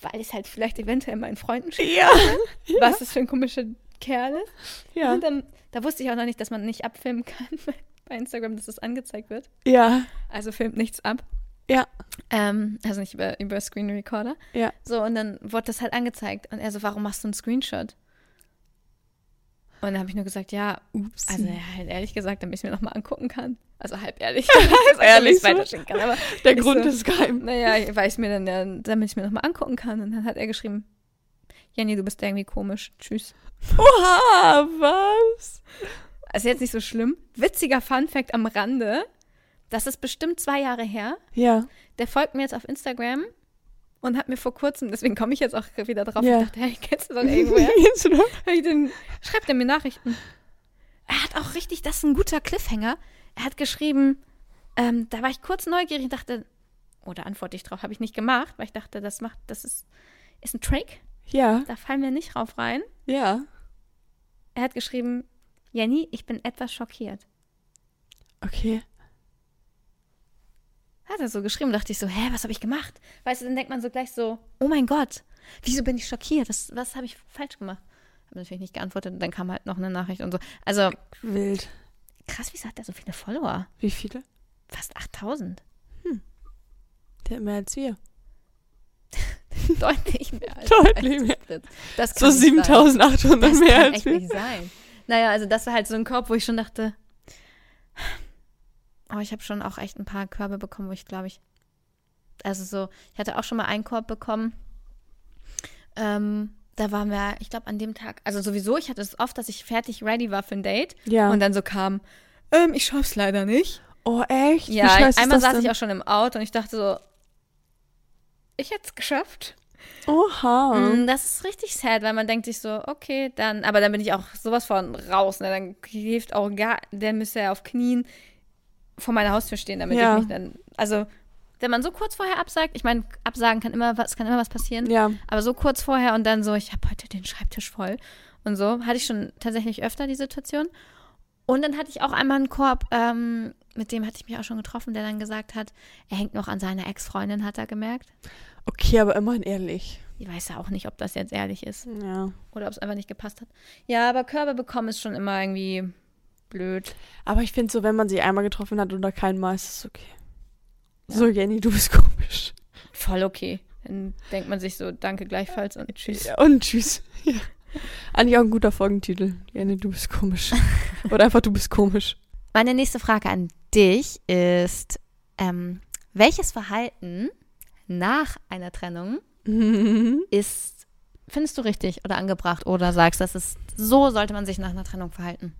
Weil ich es halt vielleicht eventuell meinen Freunden schicke, Ja. was das für ein komischer Kerl ist. Ja. Und dann, da wusste ich auch noch nicht, dass man nicht abfilmen kann bei Instagram, dass das angezeigt wird. Ja. Also filmt nichts ab. Ja. Ähm, also nicht über, über Screen Recorder. Ja. So, und dann wurde das halt angezeigt. Und er so, warum machst du einen Screenshot? Und dann habe ich nur gesagt, ja, Ups. also ja, halt ehrlich gesagt, damit ich es mir nochmal angucken kann. Also halb ehrlich. halb ehrlich so. weiterschicken kann. Aber Der Ich Grund so- ist geheim. naja, weil ich mir dann, ja, damit ich mir nochmal angucken kann. Und dann hat er geschrieben, Jenny, du bist irgendwie komisch. Tschüss. Oha, was? Also jetzt nicht so schlimm. Witziger Fun Fact am Rande. Das ist bestimmt zwei Jahre her. Ja. der folgt mir jetzt auf Instagram und hat mir vor kurzem, deswegen komme ich jetzt auch wieder drauf, Ja. ich dachte, hey, kennst du doch irgendwoher? Kennst du noch? Hab ich den, schreibt er mir Nachrichten. Er hat auch richtig, das ist ein guter Cliffhanger. Er hat geschrieben, ähm, da war ich kurz neugierig und dachte, oder da antworte ich drauf, habe ich nicht gemacht, weil ich dachte, das macht, das ist, ist ein Trick, Ja. da fallen wir nicht rauf rein. Ja. Er hat geschrieben, Jenny, ich bin etwas schockiert. Okay. Hat er so geschrieben, dachte ich so, hä, was habe ich gemacht? Weißt du, dann denkt man so gleich so, oh mein Gott, wieso bin ich schockiert? Was, was habe ich falsch gemacht? Habe natürlich nicht geantwortet und dann kam halt noch eine Nachricht und so. Also, Wild. krass, wieso hat er so viele Follower? Wie viele? Fast 8000. Der hat mehr als wir. Deutlich mehr als Deutlich mehr. Fritz. Das So kann nicht sein. 7800 Das mehr kann als echt wir. nicht sein. Naja, also das war halt so ein Korb, wo ich schon dachte, oh, ich habe schon auch echt ein paar Körbe bekommen, wo ich glaube ich, also so, ich hatte auch schon mal einen Korb bekommen. Ähm, da waren wir, ich glaube an dem Tag, also sowieso, ich hatte es oft, dass ich fertig ready war für ein Date Ja. und dann so kam, ähm, ich schaff's leider nicht. oh, echt? Wie Ja, scheiße ich, ist einmal das saß denn? ich auch schon im Auto und ich dachte so, ich hätte es geschafft. Oha. Mm, Das ist richtig sad, weil man denkt sich so, okay, dann, aber dann bin ich auch sowas von raus. Ne? Dann hilft auch gar, dann müsste er auf Knien vor meiner Haustür stehen, damit Ja. ich mich dann, also wenn man so kurz vorher absagt, ich meine, absagen kann immer was, kann immer was passieren, Ja. aber so kurz vorher und dann so, ich habe heute den Schreibtisch voll und so, hatte ich schon tatsächlich öfter die Situation. Und dann hatte ich auch einmal einen Korb, ähm, mit dem hatte ich mich auch schon getroffen, der dann gesagt hat, er hängt noch an seiner Ex-Freundin, hat er gemerkt. Okay, aber immerhin ehrlich. Ich weiß ja auch nicht, ob das jetzt ehrlich ist. Ja. Oder ob es einfach nicht gepasst hat. Ja, aber Körbe bekommen ist schon immer irgendwie blöd. Aber ich finde so, wenn man sie einmal getroffen hat oder keinmal, ist es okay. So, Jenny, du bist komisch. Voll okay. Dann denkt man sich so, danke gleichfalls und tschüss. Ja, und tschüss. Ja. Eigentlich auch ein guter Folgentitel. Jenny, du bist komisch. oder einfach, du bist komisch. Meine nächste Frage an dich ist, ähm, welches Verhalten nach einer Trennung Mhm. ist, findest du richtig oder angebracht oder sagst, das ist, so sollte man sich nach einer Trennung verhalten?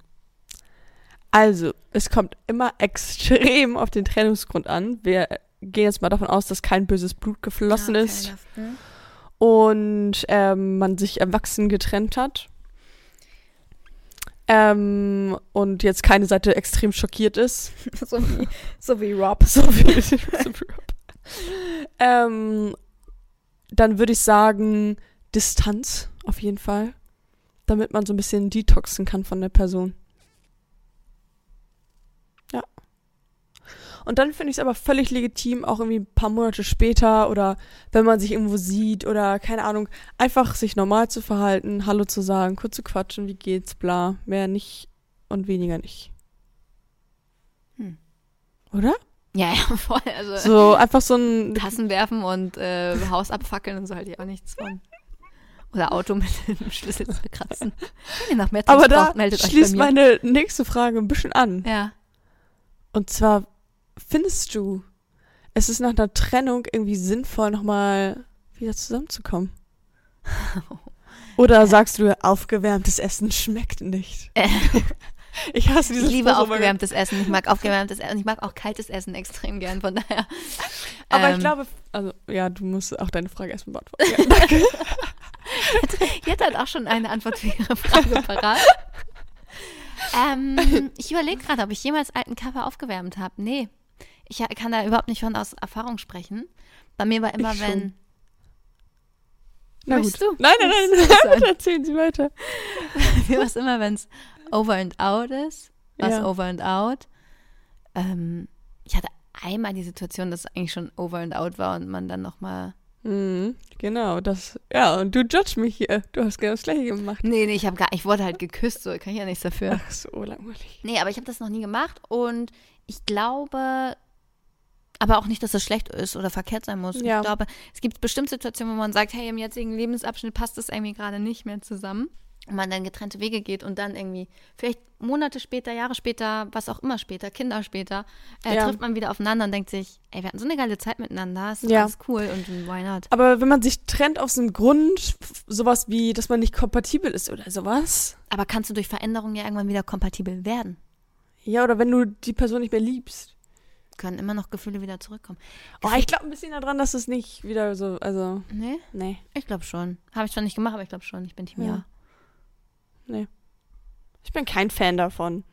Also, es kommt immer extrem auf den Trennungsgrund an. Wir gehen jetzt mal davon aus, dass kein böses Blut geflossen ist Hm? und ähm, man sich erwachsen getrennt hat. Ähm, und jetzt keine Seite extrem schockiert ist. So wie, so wie Rob. So wie so wie Rob. ähm, dann würde ich sagen, Distanz auf jeden Fall. Damit man so ein bisschen detoxen kann von der Person. Ja. Und dann finde ich es aber völlig legitim, auch irgendwie ein paar Monate später oder wenn man sich irgendwo sieht oder keine Ahnung, einfach sich normal zu verhalten, Hallo zu sagen, kurz zu quatschen, wie geht's, bla. Mehr nicht und weniger nicht. Hm. Oder? Ja, ja, voll. Also So einfach so ein. Tassen werfen und äh, Haus abfackeln und so halte ich auch nichts von. Oder Auto mit dem Schlüssel zu kratzen. Wenn ihr noch mehr Tipps Aber da braucht, meldet schließt euch bei mir. meine nächste Frage ein bisschen an. ja. Und zwar, findest du, es ist nach einer Trennung irgendwie sinnvoll, nochmal wieder zusammenzukommen? Oder sagst du, aufgewärmtes Essen schmeckt nicht? Äh. Ich hasse dieses Ich liebe Spruch, oh mein Gott. aufgewärmtes Essen. Ich mag aufgewärmtes Essen. Ich mag auch kaltes Essen extrem gern. Von daher. Aber Ähm, ich glaube, also ja, du musst auch deine Frage erstmal beantworten. Ja, danke. Jett hat halt auch schon eine Antwort für ihre Frage parat. ähm, ich überlege gerade, ob ich jemals alten Kaffee aufgewärmt habe. Nee, ich ha- kann da überhaupt nicht von aus Erfahrung sprechen. Bei mir war immer, Ich schon. wenn. Na gut. Möchtest du? Nein, nein, nein, Möchtest du nein. sagen? erzählen Sie weiter. Bei mir war es immer, wenn es over and out ist. Was Ja. over and out? Ähm, ich hatte einmal die Situation, dass es eigentlich schon over and out war und man dann nochmal. Mhm, genau, das. Ja, und du judge mich hier. Du hast genau das gleiche gemacht. Nee, nee, ich habe gar. Ich wurde halt geküsst, so kann ich ja nichts dafür. Ach so, langweilig. Nee, aber ich habe das noch nie gemacht und ich glaube, aber auch nicht, dass das schlecht ist oder verkehrt sein muss. Ja. Ich glaube, es gibt bestimmt Situationen, wo man sagt, hey, im jetzigen Lebensabschnitt passt das irgendwie gerade nicht mehr zusammen. Und man dann getrennte Wege geht und dann irgendwie, vielleicht Monate später, Jahre später, was auch immer später, Kinder später, äh, Ja. trifft man wieder aufeinander und denkt sich, ey, wir hatten so eine geile Zeit miteinander, ist Ja. ja. alles cool und why not? Aber wenn man sich trennt aus dem Grund, f- sowas wie, dass man nicht kompatibel ist oder sowas. Aber kannst du durch Veränderungen ja irgendwann wieder kompatibel werden? Ja, oder wenn du die Person nicht mehr liebst. Können immer noch Gefühle wieder zurückkommen. Oh, ich glaube ein bisschen daran, dass es nicht wieder so, also, Nee? nee. Ich glaube schon. Habe ich schon nicht gemacht, aber ich glaube schon. Ich bin Team Ja. ja. Ich bin kein Fan davon.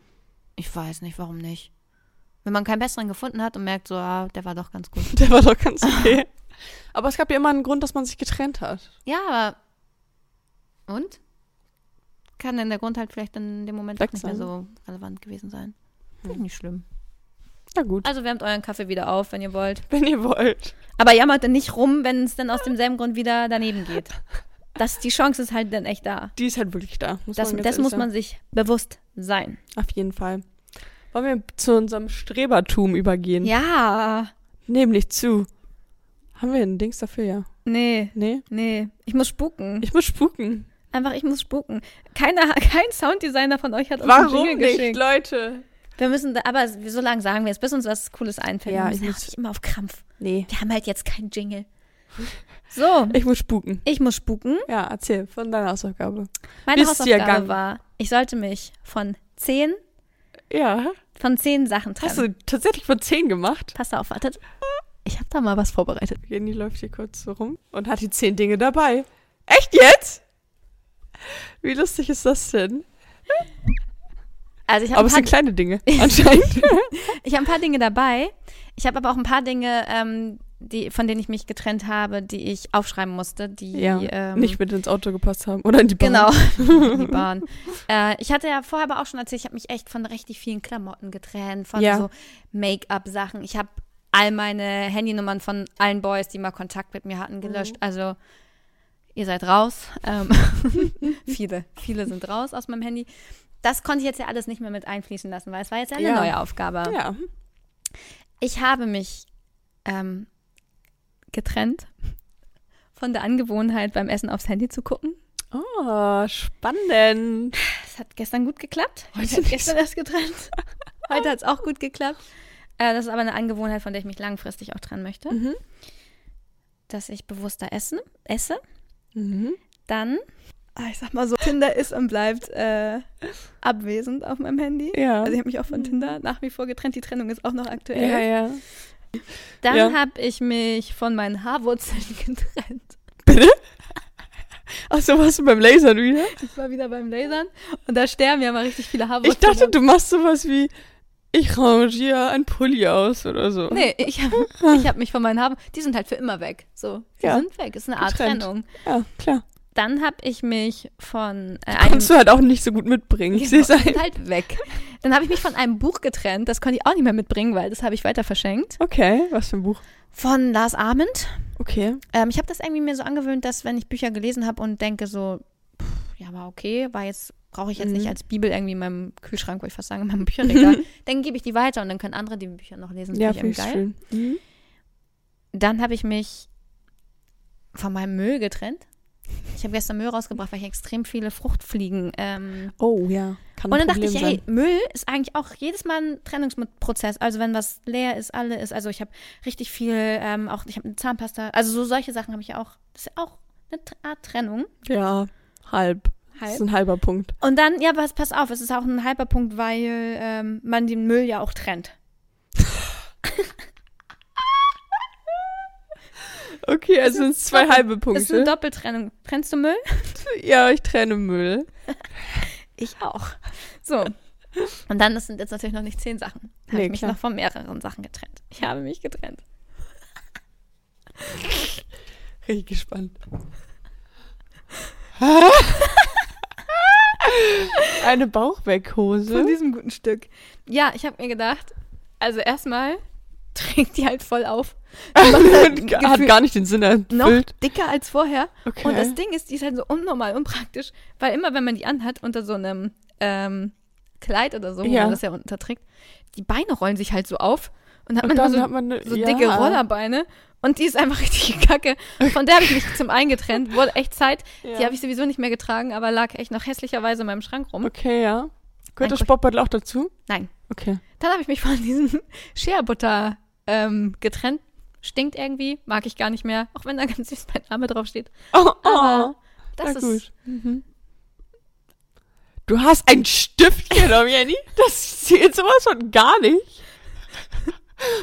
Ich weiß nicht, warum nicht. Wenn man keinen besseren gefunden hat und merkt so, ah, der war doch ganz gut. Der war doch ganz okay. Aber es gab ja immer einen Grund, dass man sich getrennt hat. Ja, aber und? Kann denn der Grund halt vielleicht in dem Moment Weg auch nicht sein. Hm. mehr so relevant gewesen sein. Finde ich nicht schlimm. Na gut. Also wärmt euren Kaffee wieder auf, wenn ihr wollt. Wenn ihr wollt. Aber jammert dann nicht rum, wenn es dann aus demselben Grund wieder daneben geht. Das, die Chance ist halt dann echt da. Die ist halt wirklich da. Muss Das, man ganz das ehrlich muss sagen. man sich bewusst sein. Auf jeden Fall. Wollen wir zu unserem Strebertum übergehen? Ja, Nämlich zu. Haben wir ein Dings dafür, ja? nee, Nee? nee. Ich muss spucken. Ich muss spuken. Einfach, ich muss spucken. Keiner, kein Sounddesigner von euch hat uns einen Warum Jingle nicht, geschickt. Leute? Wir müssen, da, aber so lange sagen wir es, bis uns was Cooles einfällt. Ja, wir ich müssen auch muss- nicht immer auf Krampf. Nee. Wir haben halt jetzt keinen Jingle. So, Ich muss spuken. ich muss spuken. Ja, erzähl von deiner Hausaufgabe. Meine Bist du ja Hausaufgabe gegangen? war, ich sollte mich von zehn, Ja. von zehn Sachen trennen. Hast du tatsächlich von 10 gemacht? Pass auf, wartet. Ich habe da mal was vorbereitet. Jenny läuft hier kurz so rum und hat die 10 Dinge dabei. Echt jetzt? Wie lustig ist das denn? Also ich habe Aber ein, es sind paar- kleine Dinge, anscheinend. ich hab ein paar Dinge dabei. Ich habe aber auch ein paar Dinge, ähm, die, von denen ich mich getrennt habe, die ich aufschreiben musste, die ja, ähm, nicht mit ins Auto gepasst haben oder in die Bahn. Genau, die Bahn. Äh, ich hatte ja vorher aber auch schon erzählt, ich habe mich echt von richtig vielen Klamotten getrennt, von Ja. so Make-up-Sachen. Ich habe all meine Handynummern von allen Boys, die mal Kontakt mit mir hatten, gelöscht. Also ihr seid raus. Ähm, viele, viele sind raus aus meinem Handy. Das konnte ich jetzt ja alles nicht mehr mit einfließen lassen, weil es war jetzt ja eine Ja. neue Aufgabe. Ja. Ich habe mich ähm, getrennt von der Angewohnheit, beim Essen aufs Handy zu gucken. Oh, spannend. Es hat gestern gut geklappt. Ich Heute habe nicht. gestern erst getrennt. Heute hat es auch gut geklappt. Äh, das ist aber eine Angewohnheit, von der ich mich langfristig auch trennen möchte. Mhm. Dass ich bewusster essen, esse. Mhm. Dann, ah, ich sag mal so, Tinder ist und bleibt äh, abwesend auf meinem Handy. Ja. Also ich habe mich auch von Tinder nach wie vor getrennt. Die Trennung ist auch noch aktuell. ja, ja. Dann Ja. habe ich mich von meinen Haarwurzeln getrennt. Achso, warst du beim Lasern wieder? Ich war wieder beim Lasern und da sterben ja mal richtig viele Haarwurzeln. Ich dachte, du machst sowas wie, ich rangiere ein Pulli aus oder so. Nee, ich habe ich hab mich von meinen Haben. Die sind halt für immer weg. So, die Ja. sind weg. Ist eine Art Getrennt. Trennung. Ja, klar. dann habe ich mich von äh, einem Kannst du halt auch nicht so gut mitbringen. Ich sehe es Genau, sind ein. halt weg. Dann habe ich mich von einem Buch getrennt, das konnte ich auch nicht mehr mitbringen, weil das habe ich weiter verschenkt. Okay, was für ein Buch. Von Lars Ahmed. Okay. Ähm, ich habe das irgendwie mir so angewöhnt, dass wenn ich Bücher gelesen habe und denke so, pff, ja, war okay, war jetzt brauche ich jetzt Mhm. nicht als Bibel irgendwie in meinem Kühlschrank, wollte ich fast sagen, in meinem Bücherregal, dann gebe ich die weiter und dann können andere die Bücher noch lesen. Das Ja, finde ich eben geil. schön. Mhm. Dann habe ich mich von meinem Müll getrennt. Ich habe gestern Müll rausgebracht, weil ich extrem viele Fruchtfliegen ähm, Oh ja, kann Und ein dann dachte Problem ich, sein. ey, Müll ist eigentlich auch jedes Mal ein Trennungsprozess. Also wenn was leer ist, alle ist. Also ich habe richtig viel, ähm, auch ich habe eine Zahnpasta. Also so solche Sachen habe ich ja auch. Das ist ja auch eine Tr- Art Trennung. Ja, halb. Das ist ein halber Punkt. Und dann, ja, pass, pass auf, es ist auch ein halber Punkt, weil ähm, man den Müll ja auch trennt. Okay, also sind es zwei halbe Punkte. Das ist eine Doppeltrennung. Trennst du Müll? ja, ich trenne Müll. Ich auch. So. Und dann, das sind jetzt natürlich noch nicht zehn Sachen. Habe Nee, ich mich klar. noch von mehreren Sachen getrennt. Ich habe mich getrennt. Richtig gespannt. Eine Von Bauchweckhose. diesem guten Stück. Ja, ich habe mir gedacht, also erstmal trägt die halt voll auf. Hat Gefühl- gar nicht den Sinn noch erfüllt. dicker als vorher. Okay. Und das Ding ist, die ist halt so unnormal unpraktisch, weil immer, wenn man die anhat unter so einem ähm, Kleid oder so, wo Ja. man das ja unterträgt, die Beine rollen sich halt so auf und hat Und man immer dann so, hat man eine, so ja. dicke Rollerbeine und die ist einfach richtig kacke. Von der habe ich mich zum einen getrennt, wurde echt Zeit. Die habe ich sowieso nicht mehr getragen, aber lag echt noch hässlicherweise in meinem Schrank rum. Okay, ja. Gehört das Ein- Sportbeutel auch dazu? Nein. Okay. Dann habe ich mich von diesem Shea Butter ähm, getrennt. Stinkt irgendwie, mag ich gar nicht mehr, auch wenn da ganz süß mein Name draufsteht. Oh, oh. Aber das na ist gut. Mhm. Du hast ein Stift genommen, Jenny. Das zählt sowas von gar nicht.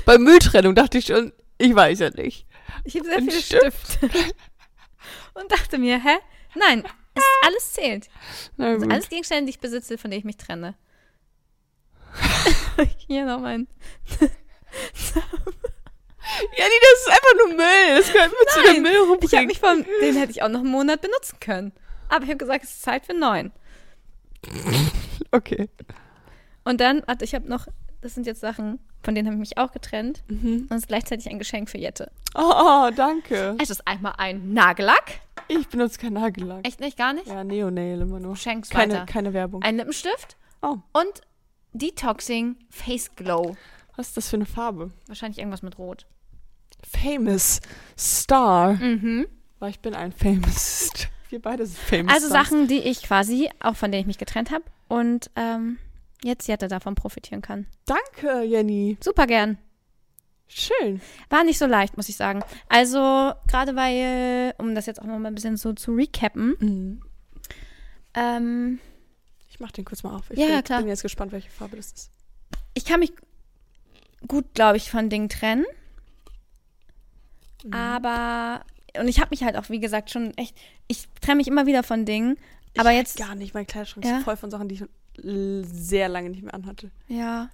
Bei Mülltrennung dachte ich schon, ich weiß ja nicht. Ich habe sehr Ein viele Stifte. Und dachte mir, hä? Nein, es ist alles zählt. Na Also gut. alles Gegenstände, die ich besitze, von denen ich mich trenne. Hier noch mein. Jenny, das ist einfach nur Müll. Das gehört mit zu der Nein, Müllrubrik. Ich habe mich von, den hätte ich auch noch einen Monat benutzen können. Aber ich habe gesagt, es ist Zeit für neun. okay. Und dann, warte, ich habe noch, das sind jetzt Sachen, von denen habe ich mich auch getrennt. Mhm. Und es ist gleichzeitig ein Geschenk für Jette. Oh, oh, danke. Es ist einmal ein Nagellack. Ich benutze keinen Nagellack. Echt nicht, gar nicht? Ja, Neonail immer nur. Schenk's Keine, weiter. keine Werbung. Ein Lippenstift Oh, und Detoxing Face Glow. was ist das für eine Farbe? Wahrscheinlich irgendwas mit Rot. Famous Star. Mhm. Weil ich bin ein Famous Star. Wir beide sind Famous Also Stars. Sachen, die ich quasi, auch von denen ich mich getrennt habe und ähm, jetzt Jette davon profitieren kann. Danke, Jenny. Super gern. Schön. War nicht so leicht, muss ich sagen. Also, gerade weil, um das jetzt auch nochmal ein bisschen so zu recappen, ähm, Ich mach den kurz mal auf. Ich Ja, bin, ja, klar. bin jetzt gespannt, welche Farbe das ist. ich kann mich gut, glaube ich, von Dingen trennen. Aber, und ich habe mich halt auch, wie gesagt, schon echt, ich trenne mich immer wieder von Dingen, aber ich jetzt, Gar nicht. Mein Kleiderschrank Ja? ist voll von Sachen, die ich l- sehr lange nicht mehr anhatte. ja.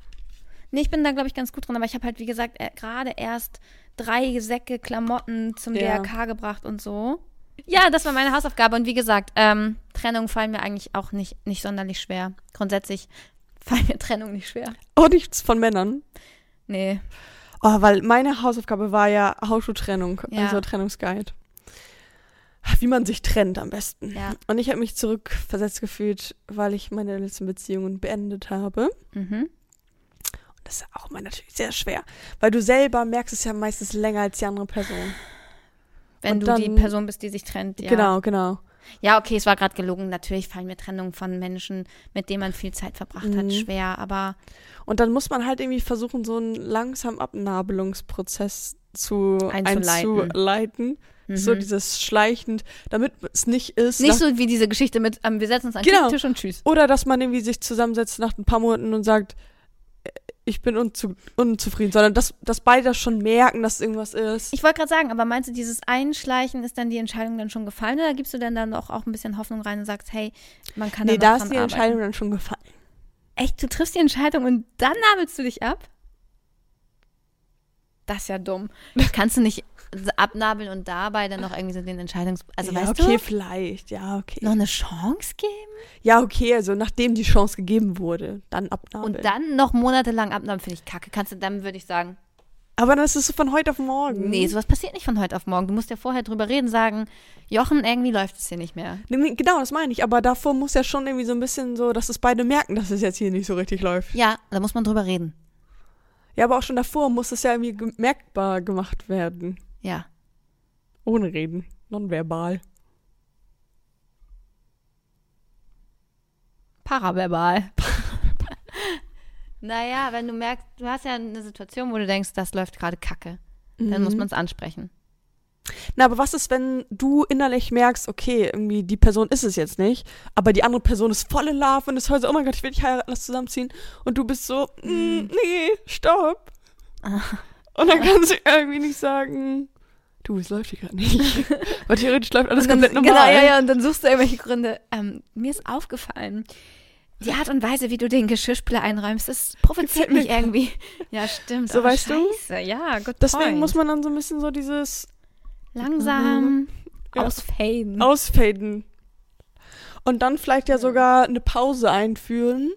Nee, ich bin da, glaube ich, ganz gut drin, aber ich habe halt, wie gesagt, äh, gerade erst drei Säcke Klamotten zum Ja. DRK gebracht und so. Ja, das war meine Hausaufgabe. Und wie gesagt, ähm, Trennungen fallen mir eigentlich auch nicht, nicht sonderlich schwer. Grundsätzlich fallen mir Trennungen nicht schwer. Oh, nichts von Männern. Nee. Oh, weil meine Hausaufgabe war ja Hausschuhtrennung, Ja. also Trennungsguide. Wie man sich trennt am besten. Ja. Und ich habe mich zurückversetzt gefühlt, weil ich meine letzten Beziehungen beendet habe. Mhm. Und das ist auch mal natürlich sehr schwer, weil du selber merkst es ja meistens länger als die andere Person. Wenn Und du dann- die Person bist, die sich trennt, ja. Genau, genau. Ja, okay, es war gerade gelogen. Natürlich fallen mir Trennungen von Menschen, mit denen man viel Zeit verbracht Mhm. hat, schwer. Aber Und dann muss man halt irgendwie versuchen, so einen langsamen Abnabelungsprozess zu Einzuleiten. Mhm. einzuleiten. So dieses schleichend, damit es nicht ist. nicht nach- so wie diese Geschichte mit, ähm, wir setzen uns an Genau. den Tisch und tschüss. Oder dass man irgendwie sich zusammensetzt nach ein paar Monaten und sagt, äh, ich bin unzu unzufrieden, sondern dass, dass beide das schon merken, dass irgendwas ist. Ich wollte gerade sagen, aber meinst du, dieses Einschleichen ist dann die Entscheidung dann schon gefallen oder gibst du denn dann auch, auch ein bisschen Hoffnung rein und sagst, hey, man kann nee, da da noch ist dran die arbeiten? Entscheidung dann schon gefallen. Echt, du triffst die Entscheidung und dann nabelst du dich ab? Das ist ja dumm. Das kannst du nicht abnabeln und dabei dann noch irgendwie so den Entscheidungs... Also ja, weißt okay, du, vielleicht. Ja, okay. noch eine Chance geben? Ja, okay, also nachdem die Chance gegeben wurde, dann abnabeln. Und dann noch monatelang abnahmen, finde ich kacke. Kannst du, dann würde ich sagen, Aber dann ist es so von heute auf morgen. nee, sowas passiert nicht von heute auf morgen. Du musst ja vorher drüber reden, sagen, Jochen, irgendwie läuft es hier nicht mehr. Nee, nee, Genau, das meine ich. Aber davor muss ja schon irgendwie so ein bisschen so, dass es beide merken, dass es jetzt hier nicht so richtig läuft. Ja, da muss man drüber reden. Ja, aber auch schon davor muss es ja irgendwie ge- merkbar gemacht werden. Ja. Ohne Reden. Nonverbal. Paraverbal. naja, wenn du merkst, du hast ja eine Situation, wo du denkst, das läuft gerade kacke, dann muss man es ansprechen. Na, aber was ist, wenn du innerlich merkst, okay, irgendwie die Person ist es jetzt nicht, aber die andere Person ist voll in Love und ist heute so, oh mein Gott, ich will dich heiraten, lass zusammenziehen. Und du bist so, Mhm. mm, nee, stopp. und dann kannst du irgendwie nicht sagen, du, es läuft hier gerade nicht. Weil theoretisch läuft alles Und dann- komplett normal. Genau, ja, ja, und dann suchst du irgendwelche Gründe. Ähm, mir ist aufgefallen, die Art und Weise, wie du den Geschirrspüler einräumst, das provoziert Gefällt mir mich irgendwie. Ja, stimmt. So, oh, weißt du? scheiße. Ja, gut. Deswegen point. muss man dann so ein bisschen so dieses langsam Ja. ausfaden. Ausfaden. Und dann vielleicht ja sogar eine Pause einführen,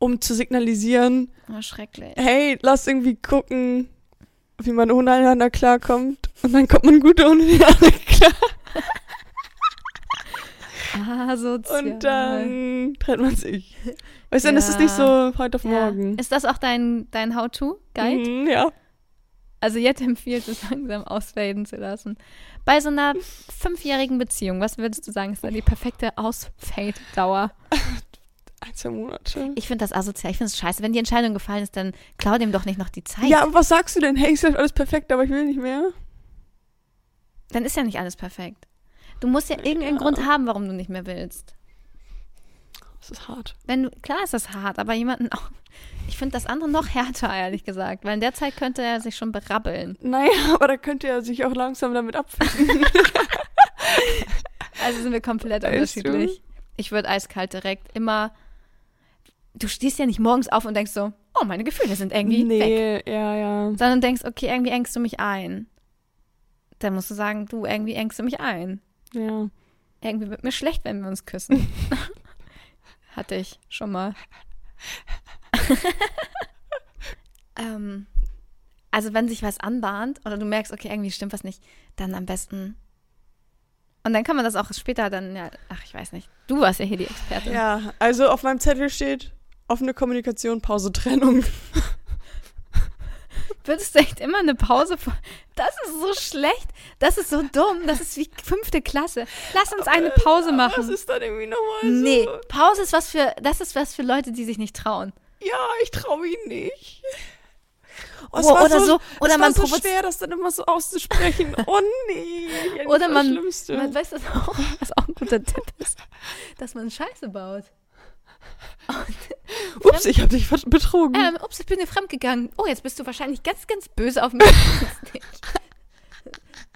um zu signalisieren, Oh, schrecklich. hey, lass irgendwie gucken, wie man ohne einander klarkommt. Und dann kommt man gut ohne die andere klar. Asozial. Und dann trennt man sich. Weißt du, dann ist es Ja. nicht so heute auf Ja. morgen. Ist das auch dein, dein How-To-Guide? Mhm, ja. Also jetzt empfiehlt es langsam ausfaden zu lassen. Bei so einer fünfjährigen Beziehung, was würdest du sagen, ist da die perfekte Ausfade-Dauer? Ein, zwei Monate. Ich finde das asozial, ich finde es scheiße. Wenn die Entscheidung gefallen ist, dann klau dem doch nicht noch die Zeit. Ja, aber was sagst du denn? Hey, es läuft alles perfekt, aber ich will nicht mehr. Dann ist ja nicht alles perfekt. Du musst ja irgendeinen Grund haben, warum du nicht mehr willst. Das ist hart. Wenn du, klar ist das hart, aber jemanden auch. Ich finde das andere noch härter, ehrlich gesagt, weil in der Zeit könnte er sich schon berabbeln. Naja, aber da könnte er sich auch langsam damit abfinden. Also sind wir komplett Weißt unterschiedlich. Ich würde eiskalt direkt immer. Du stehst ja nicht morgens auf und denkst so, oh, meine Gefühle sind irgendwie weg. Nee, ja, ja. Sondern denkst, okay, irgendwie engst du mich ein. Dann musst du sagen, du, irgendwie engst du mich ein. Ja. Irgendwie wird mir schlecht, wenn wir uns küssen. Hatte ich schon mal. ähm, also wenn sich was anbahnt oder du merkst, okay, irgendwie stimmt was nicht, dann am besten. Und dann kann man das auch später dann, ja, ach, ich weiß nicht. Du warst ja hier die Expertin. Ja, also auf meinem Zettel steht offene Kommunikation, Pause, Trennung. Würdest du echt immer eine Pause vor. Das ist so schlecht. Das ist so dumm. Das ist wie fünfte Klasse. Lass uns eine Pause Das machen. ist dann irgendwie nochmal so. Nee, Pause ist was für, das ist was für Leute, die sich nicht trauen. Ja, ich traue ihn nicht. Oh, Oh, oder so- oder es man war so provoz- schwer, das dann immer so auszusprechen. Oh nee. eigentlich Oder man- Das Schlimmste. Man weiß das auch, was auch ein guter Tipp ist, dass man Scheiße baut. Ups, ich habe dich ver- betrogen. Ähm, ups, ich bin dir fremdgegangen. Oh, jetzt bist du wahrscheinlich ganz, ganz böse auf mich.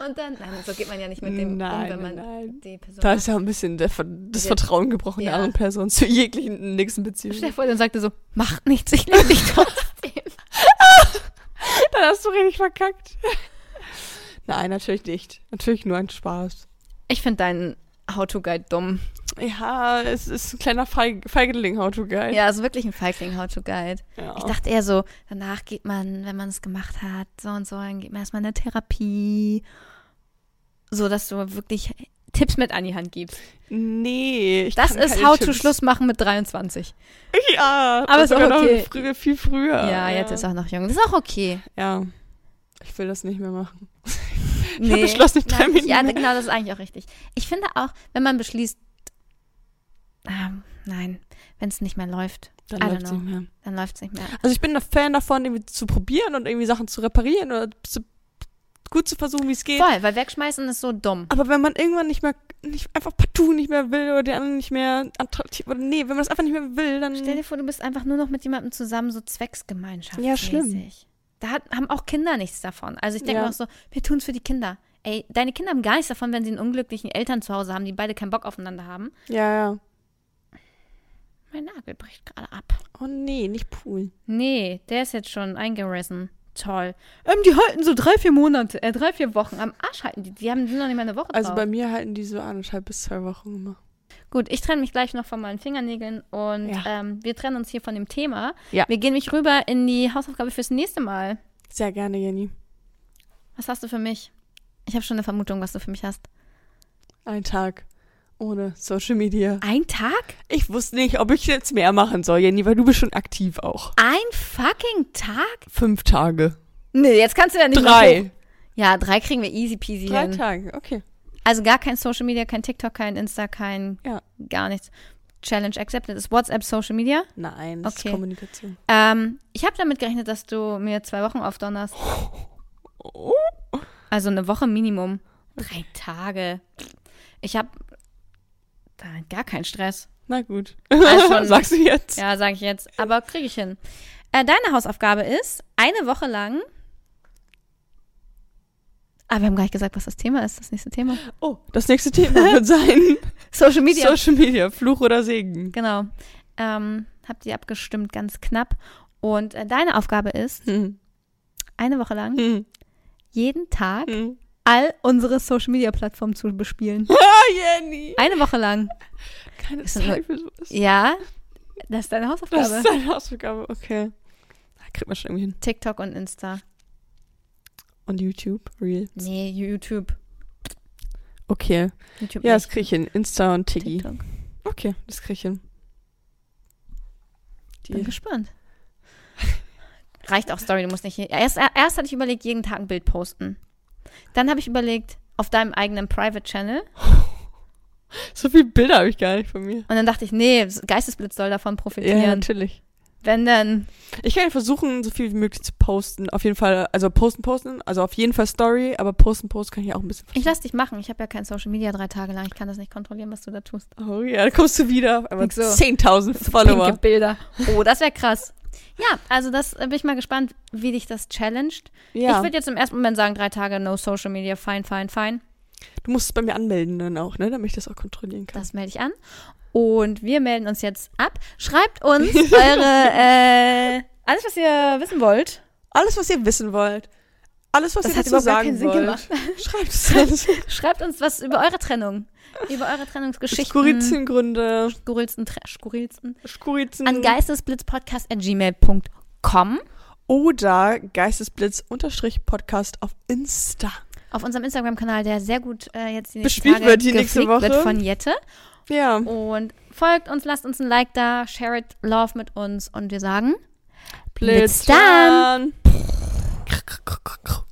Und dann, nein, so geht man ja nicht mit dem um, Nein, wenn man nein. die Person. da ist ja ein bisschen der, Ver- das Ja. Vertrauen gebrochen der Ja. anderen Person zu jeglichen nächsten Stell dir Beziehung. vor, dann sagt er so, mach nichts, ich liebe dich trotzdem. Dann hast du richtig verkackt. Nein, natürlich nicht. Natürlich nur ein Spaß. Ich finde deinen How-to-Guide dumm. Ja, es ist ein kleiner Feig Feigling, how to guide. Ja, also wirklich ein Feigling-How-to-Guide. Ja. Ich dachte eher so, danach geht man, wenn man es gemacht hat, so und so, dann geht man erstmal in eine Therapie. So, dass du wirklich Tipps mit an die Hand gibst. nee, ich Das kann ist keine How to Tipps. Schluss machen mit 23. Ja, Aber ist auch sogar noch okay. früher, viel früher. ja, jetzt ist auch noch jung. Das ist auch okay. Ja. Ich will das nicht mehr machen. Ich hab beschlossen, ich Nein, trenne mich Ja, nicht mehr. genau, das ist eigentlich auch richtig. Ich finde auch, wenn man beschließt, ah, nein, wenn es nicht mehr läuft, I don't läuft's know. mehr. dann läuft es nicht mehr. Also ich bin ein Fan davon, irgendwie zu probieren und irgendwie Sachen zu reparieren oder zu, gut zu versuchen, wie es geht. Voll, weil wegschmeißen ist so dumm. Aber wenn man irgendwann nicht mehr, nicht, einfach partout nicht mehr will oder die anderen nicht mehr attraktiv, oder nee, wenn man das einfach nicht mehr will, dann... Stell dir vor, du bist einfach nur noch mit jemandem zusammen, so zwecksgemeinschaftlich. Ja, schlimm. Da hat, haben auch Kinder nichts davon. Also ich denke Ja. mir auch so, wir tun es für die Kinder. Ey, deine Kinder haben gar nichts davon, wenn sie einen unglücklichen Eltern zu Hause haben, die beide keinen Bock aufeinander haben. ja, ja. Mein Nagel bricht gerade ab. Oh nee, nicht Pool. Nee, der ist jetzt schon eingerissen. toll. Ähm, die halten so drei, vier Monate, äh, drei, vier Wochen. Am Arsch halten die. Die haben sind noch nicht mal eine Woche Also drauf. bei mir halten die so anderthalb bis zwei Wochen immer. Gut, ich trenne mich gleich noch von meinen Fingernägeln und Ja. ähm, wir trennen uns hier von dem Thema. Ja. Wir gehen mich rüber in die Hausaufgabe fürs nächste Mal. Sehr gerne, Jenny. Was hast du für mich? Ich habe schon eine Vermutung, was du für mich hast. Ein Tag ohne Social Media. Ein Tag? Ich wusste nicht, ob ich jetzt mehr machen soll, Jenny, weil du bist schon aktiv auch. Ein fucking Tag? Fünf Tage. Nee, jetzt kannst du ja nicht mehr hoch. Drei. Ja, drei kriegen wir easy peasy Drei hin. Tage, okay. Also gar kein Social Media, kein TikTok, kein Insta, kein Ja. gar nichts. Challenge accepted ist WhatsApp Social Media. Nein, das Okay. ist Kommunikation. Ähm, ich habe damit gerechnet, dass du mir zwei Wochen aufdonnerst. Oh. Also eine Woche Minimum. Drei Tage. Ich habe damit gar keinen Stress. Na gut. Also schon- Sagst du jetzt? Ja, sage ich jetzt. Aber kriege ich hin. Äh, deine Hausaufgabe ist, eine Woche lang. Aber wir haben gar nicht gesagt, was das Thema ist, das nächste Thema. Oh, das nächste Thema wird sein Social Media. Social Media, Fluch oder Segen. Genau. Ähm, habt ihr abgestimmt, ganz knapp. Und äh, deine Aufgabe ist, Hm. eine Woche lang Hm. jeden Tag Hm. all unsere Social Media Plattformen zu bespielen. Ah, Jenny. Eine Woche lang. Keine Ist das Zeit für sowas. Ja, das ist deine Das Hausaufgabe. ist eine Hausaufgabe, okay. Da kriegt man schon irgendwie hin. TikTok und Insta. Und YouTube, Real. Nee, YouTube. Okay. YouTube Ja, ja, das nicht. krieg ich hin. Insta und Tiggy. TikTok. Okay, das krieg ich hin. Bin Die, gespannt. Reicht auch Story, du musst nicht hier. Erst, erst hatte ich überlegt, jeden Tag ein Bild posten. Dann habe ich überlegt, auf deinem eigenen Private Channel. so viele Bilder habe ich gar nicht von mir. Und dann dachte ich, nee, Geistesblitz soll davon profitieren. Ja, natürlich. Wenn denn. Ich kann ja versuchen, so viel wie möglich zu posten. Auf jeden Fall, also posten, posten. Also auf jeden Fall Story, aber posten, posten kann ich auch ein bisschen. Ich lass dich machen. Ich habe ja kein Social Media drei Tage lang. Ich kann das nicht kontrollieren, was du da tust. Oh ja, da kommst du wieder. Aber Denk so. 10.000 Pinke Follower. Bilder. Oh, das wäre krass. Ja, also das äh, bin ich mal gespannt, wie dich das challenged. Ich Ja, würde jetzt im ersten Moment sagen, drei Tage no Social Media, fine, fine, fine. du musst es bei mir anmelden dann auch, ne, damit ich das auch kontrollieren kann. Das melde ich an. Und wir melden uns jetzt ab. Schreibt uns eure, äh, alles, was ihr wissen wollt. Alles, was ihr wissen wollt, alles, was Das ihr hat dazu überhaupt gar sagen keinen Sinn wollt, schreibt es alles. Schreibt uns was über eure Trennung. Über eure Trennungsgeschichten. Skurrilsten Gründe, Skurrilsten, tre- skurrilsten. Mhm. Skurrilzen. An geistesblitzpodcast.gmail.com. oder Geistesblitz-Podcast auf Insta. auf unserem Instagram-Kanal, der sehr gut äh, jetzt die nächsten Bespielt Tage wird die nächste gepflegt wird Woche. von Jette. Ja. Und folgt uns, lasst uns ein Like da, share it, love mit uns und wir sagen Blitz dann. dann.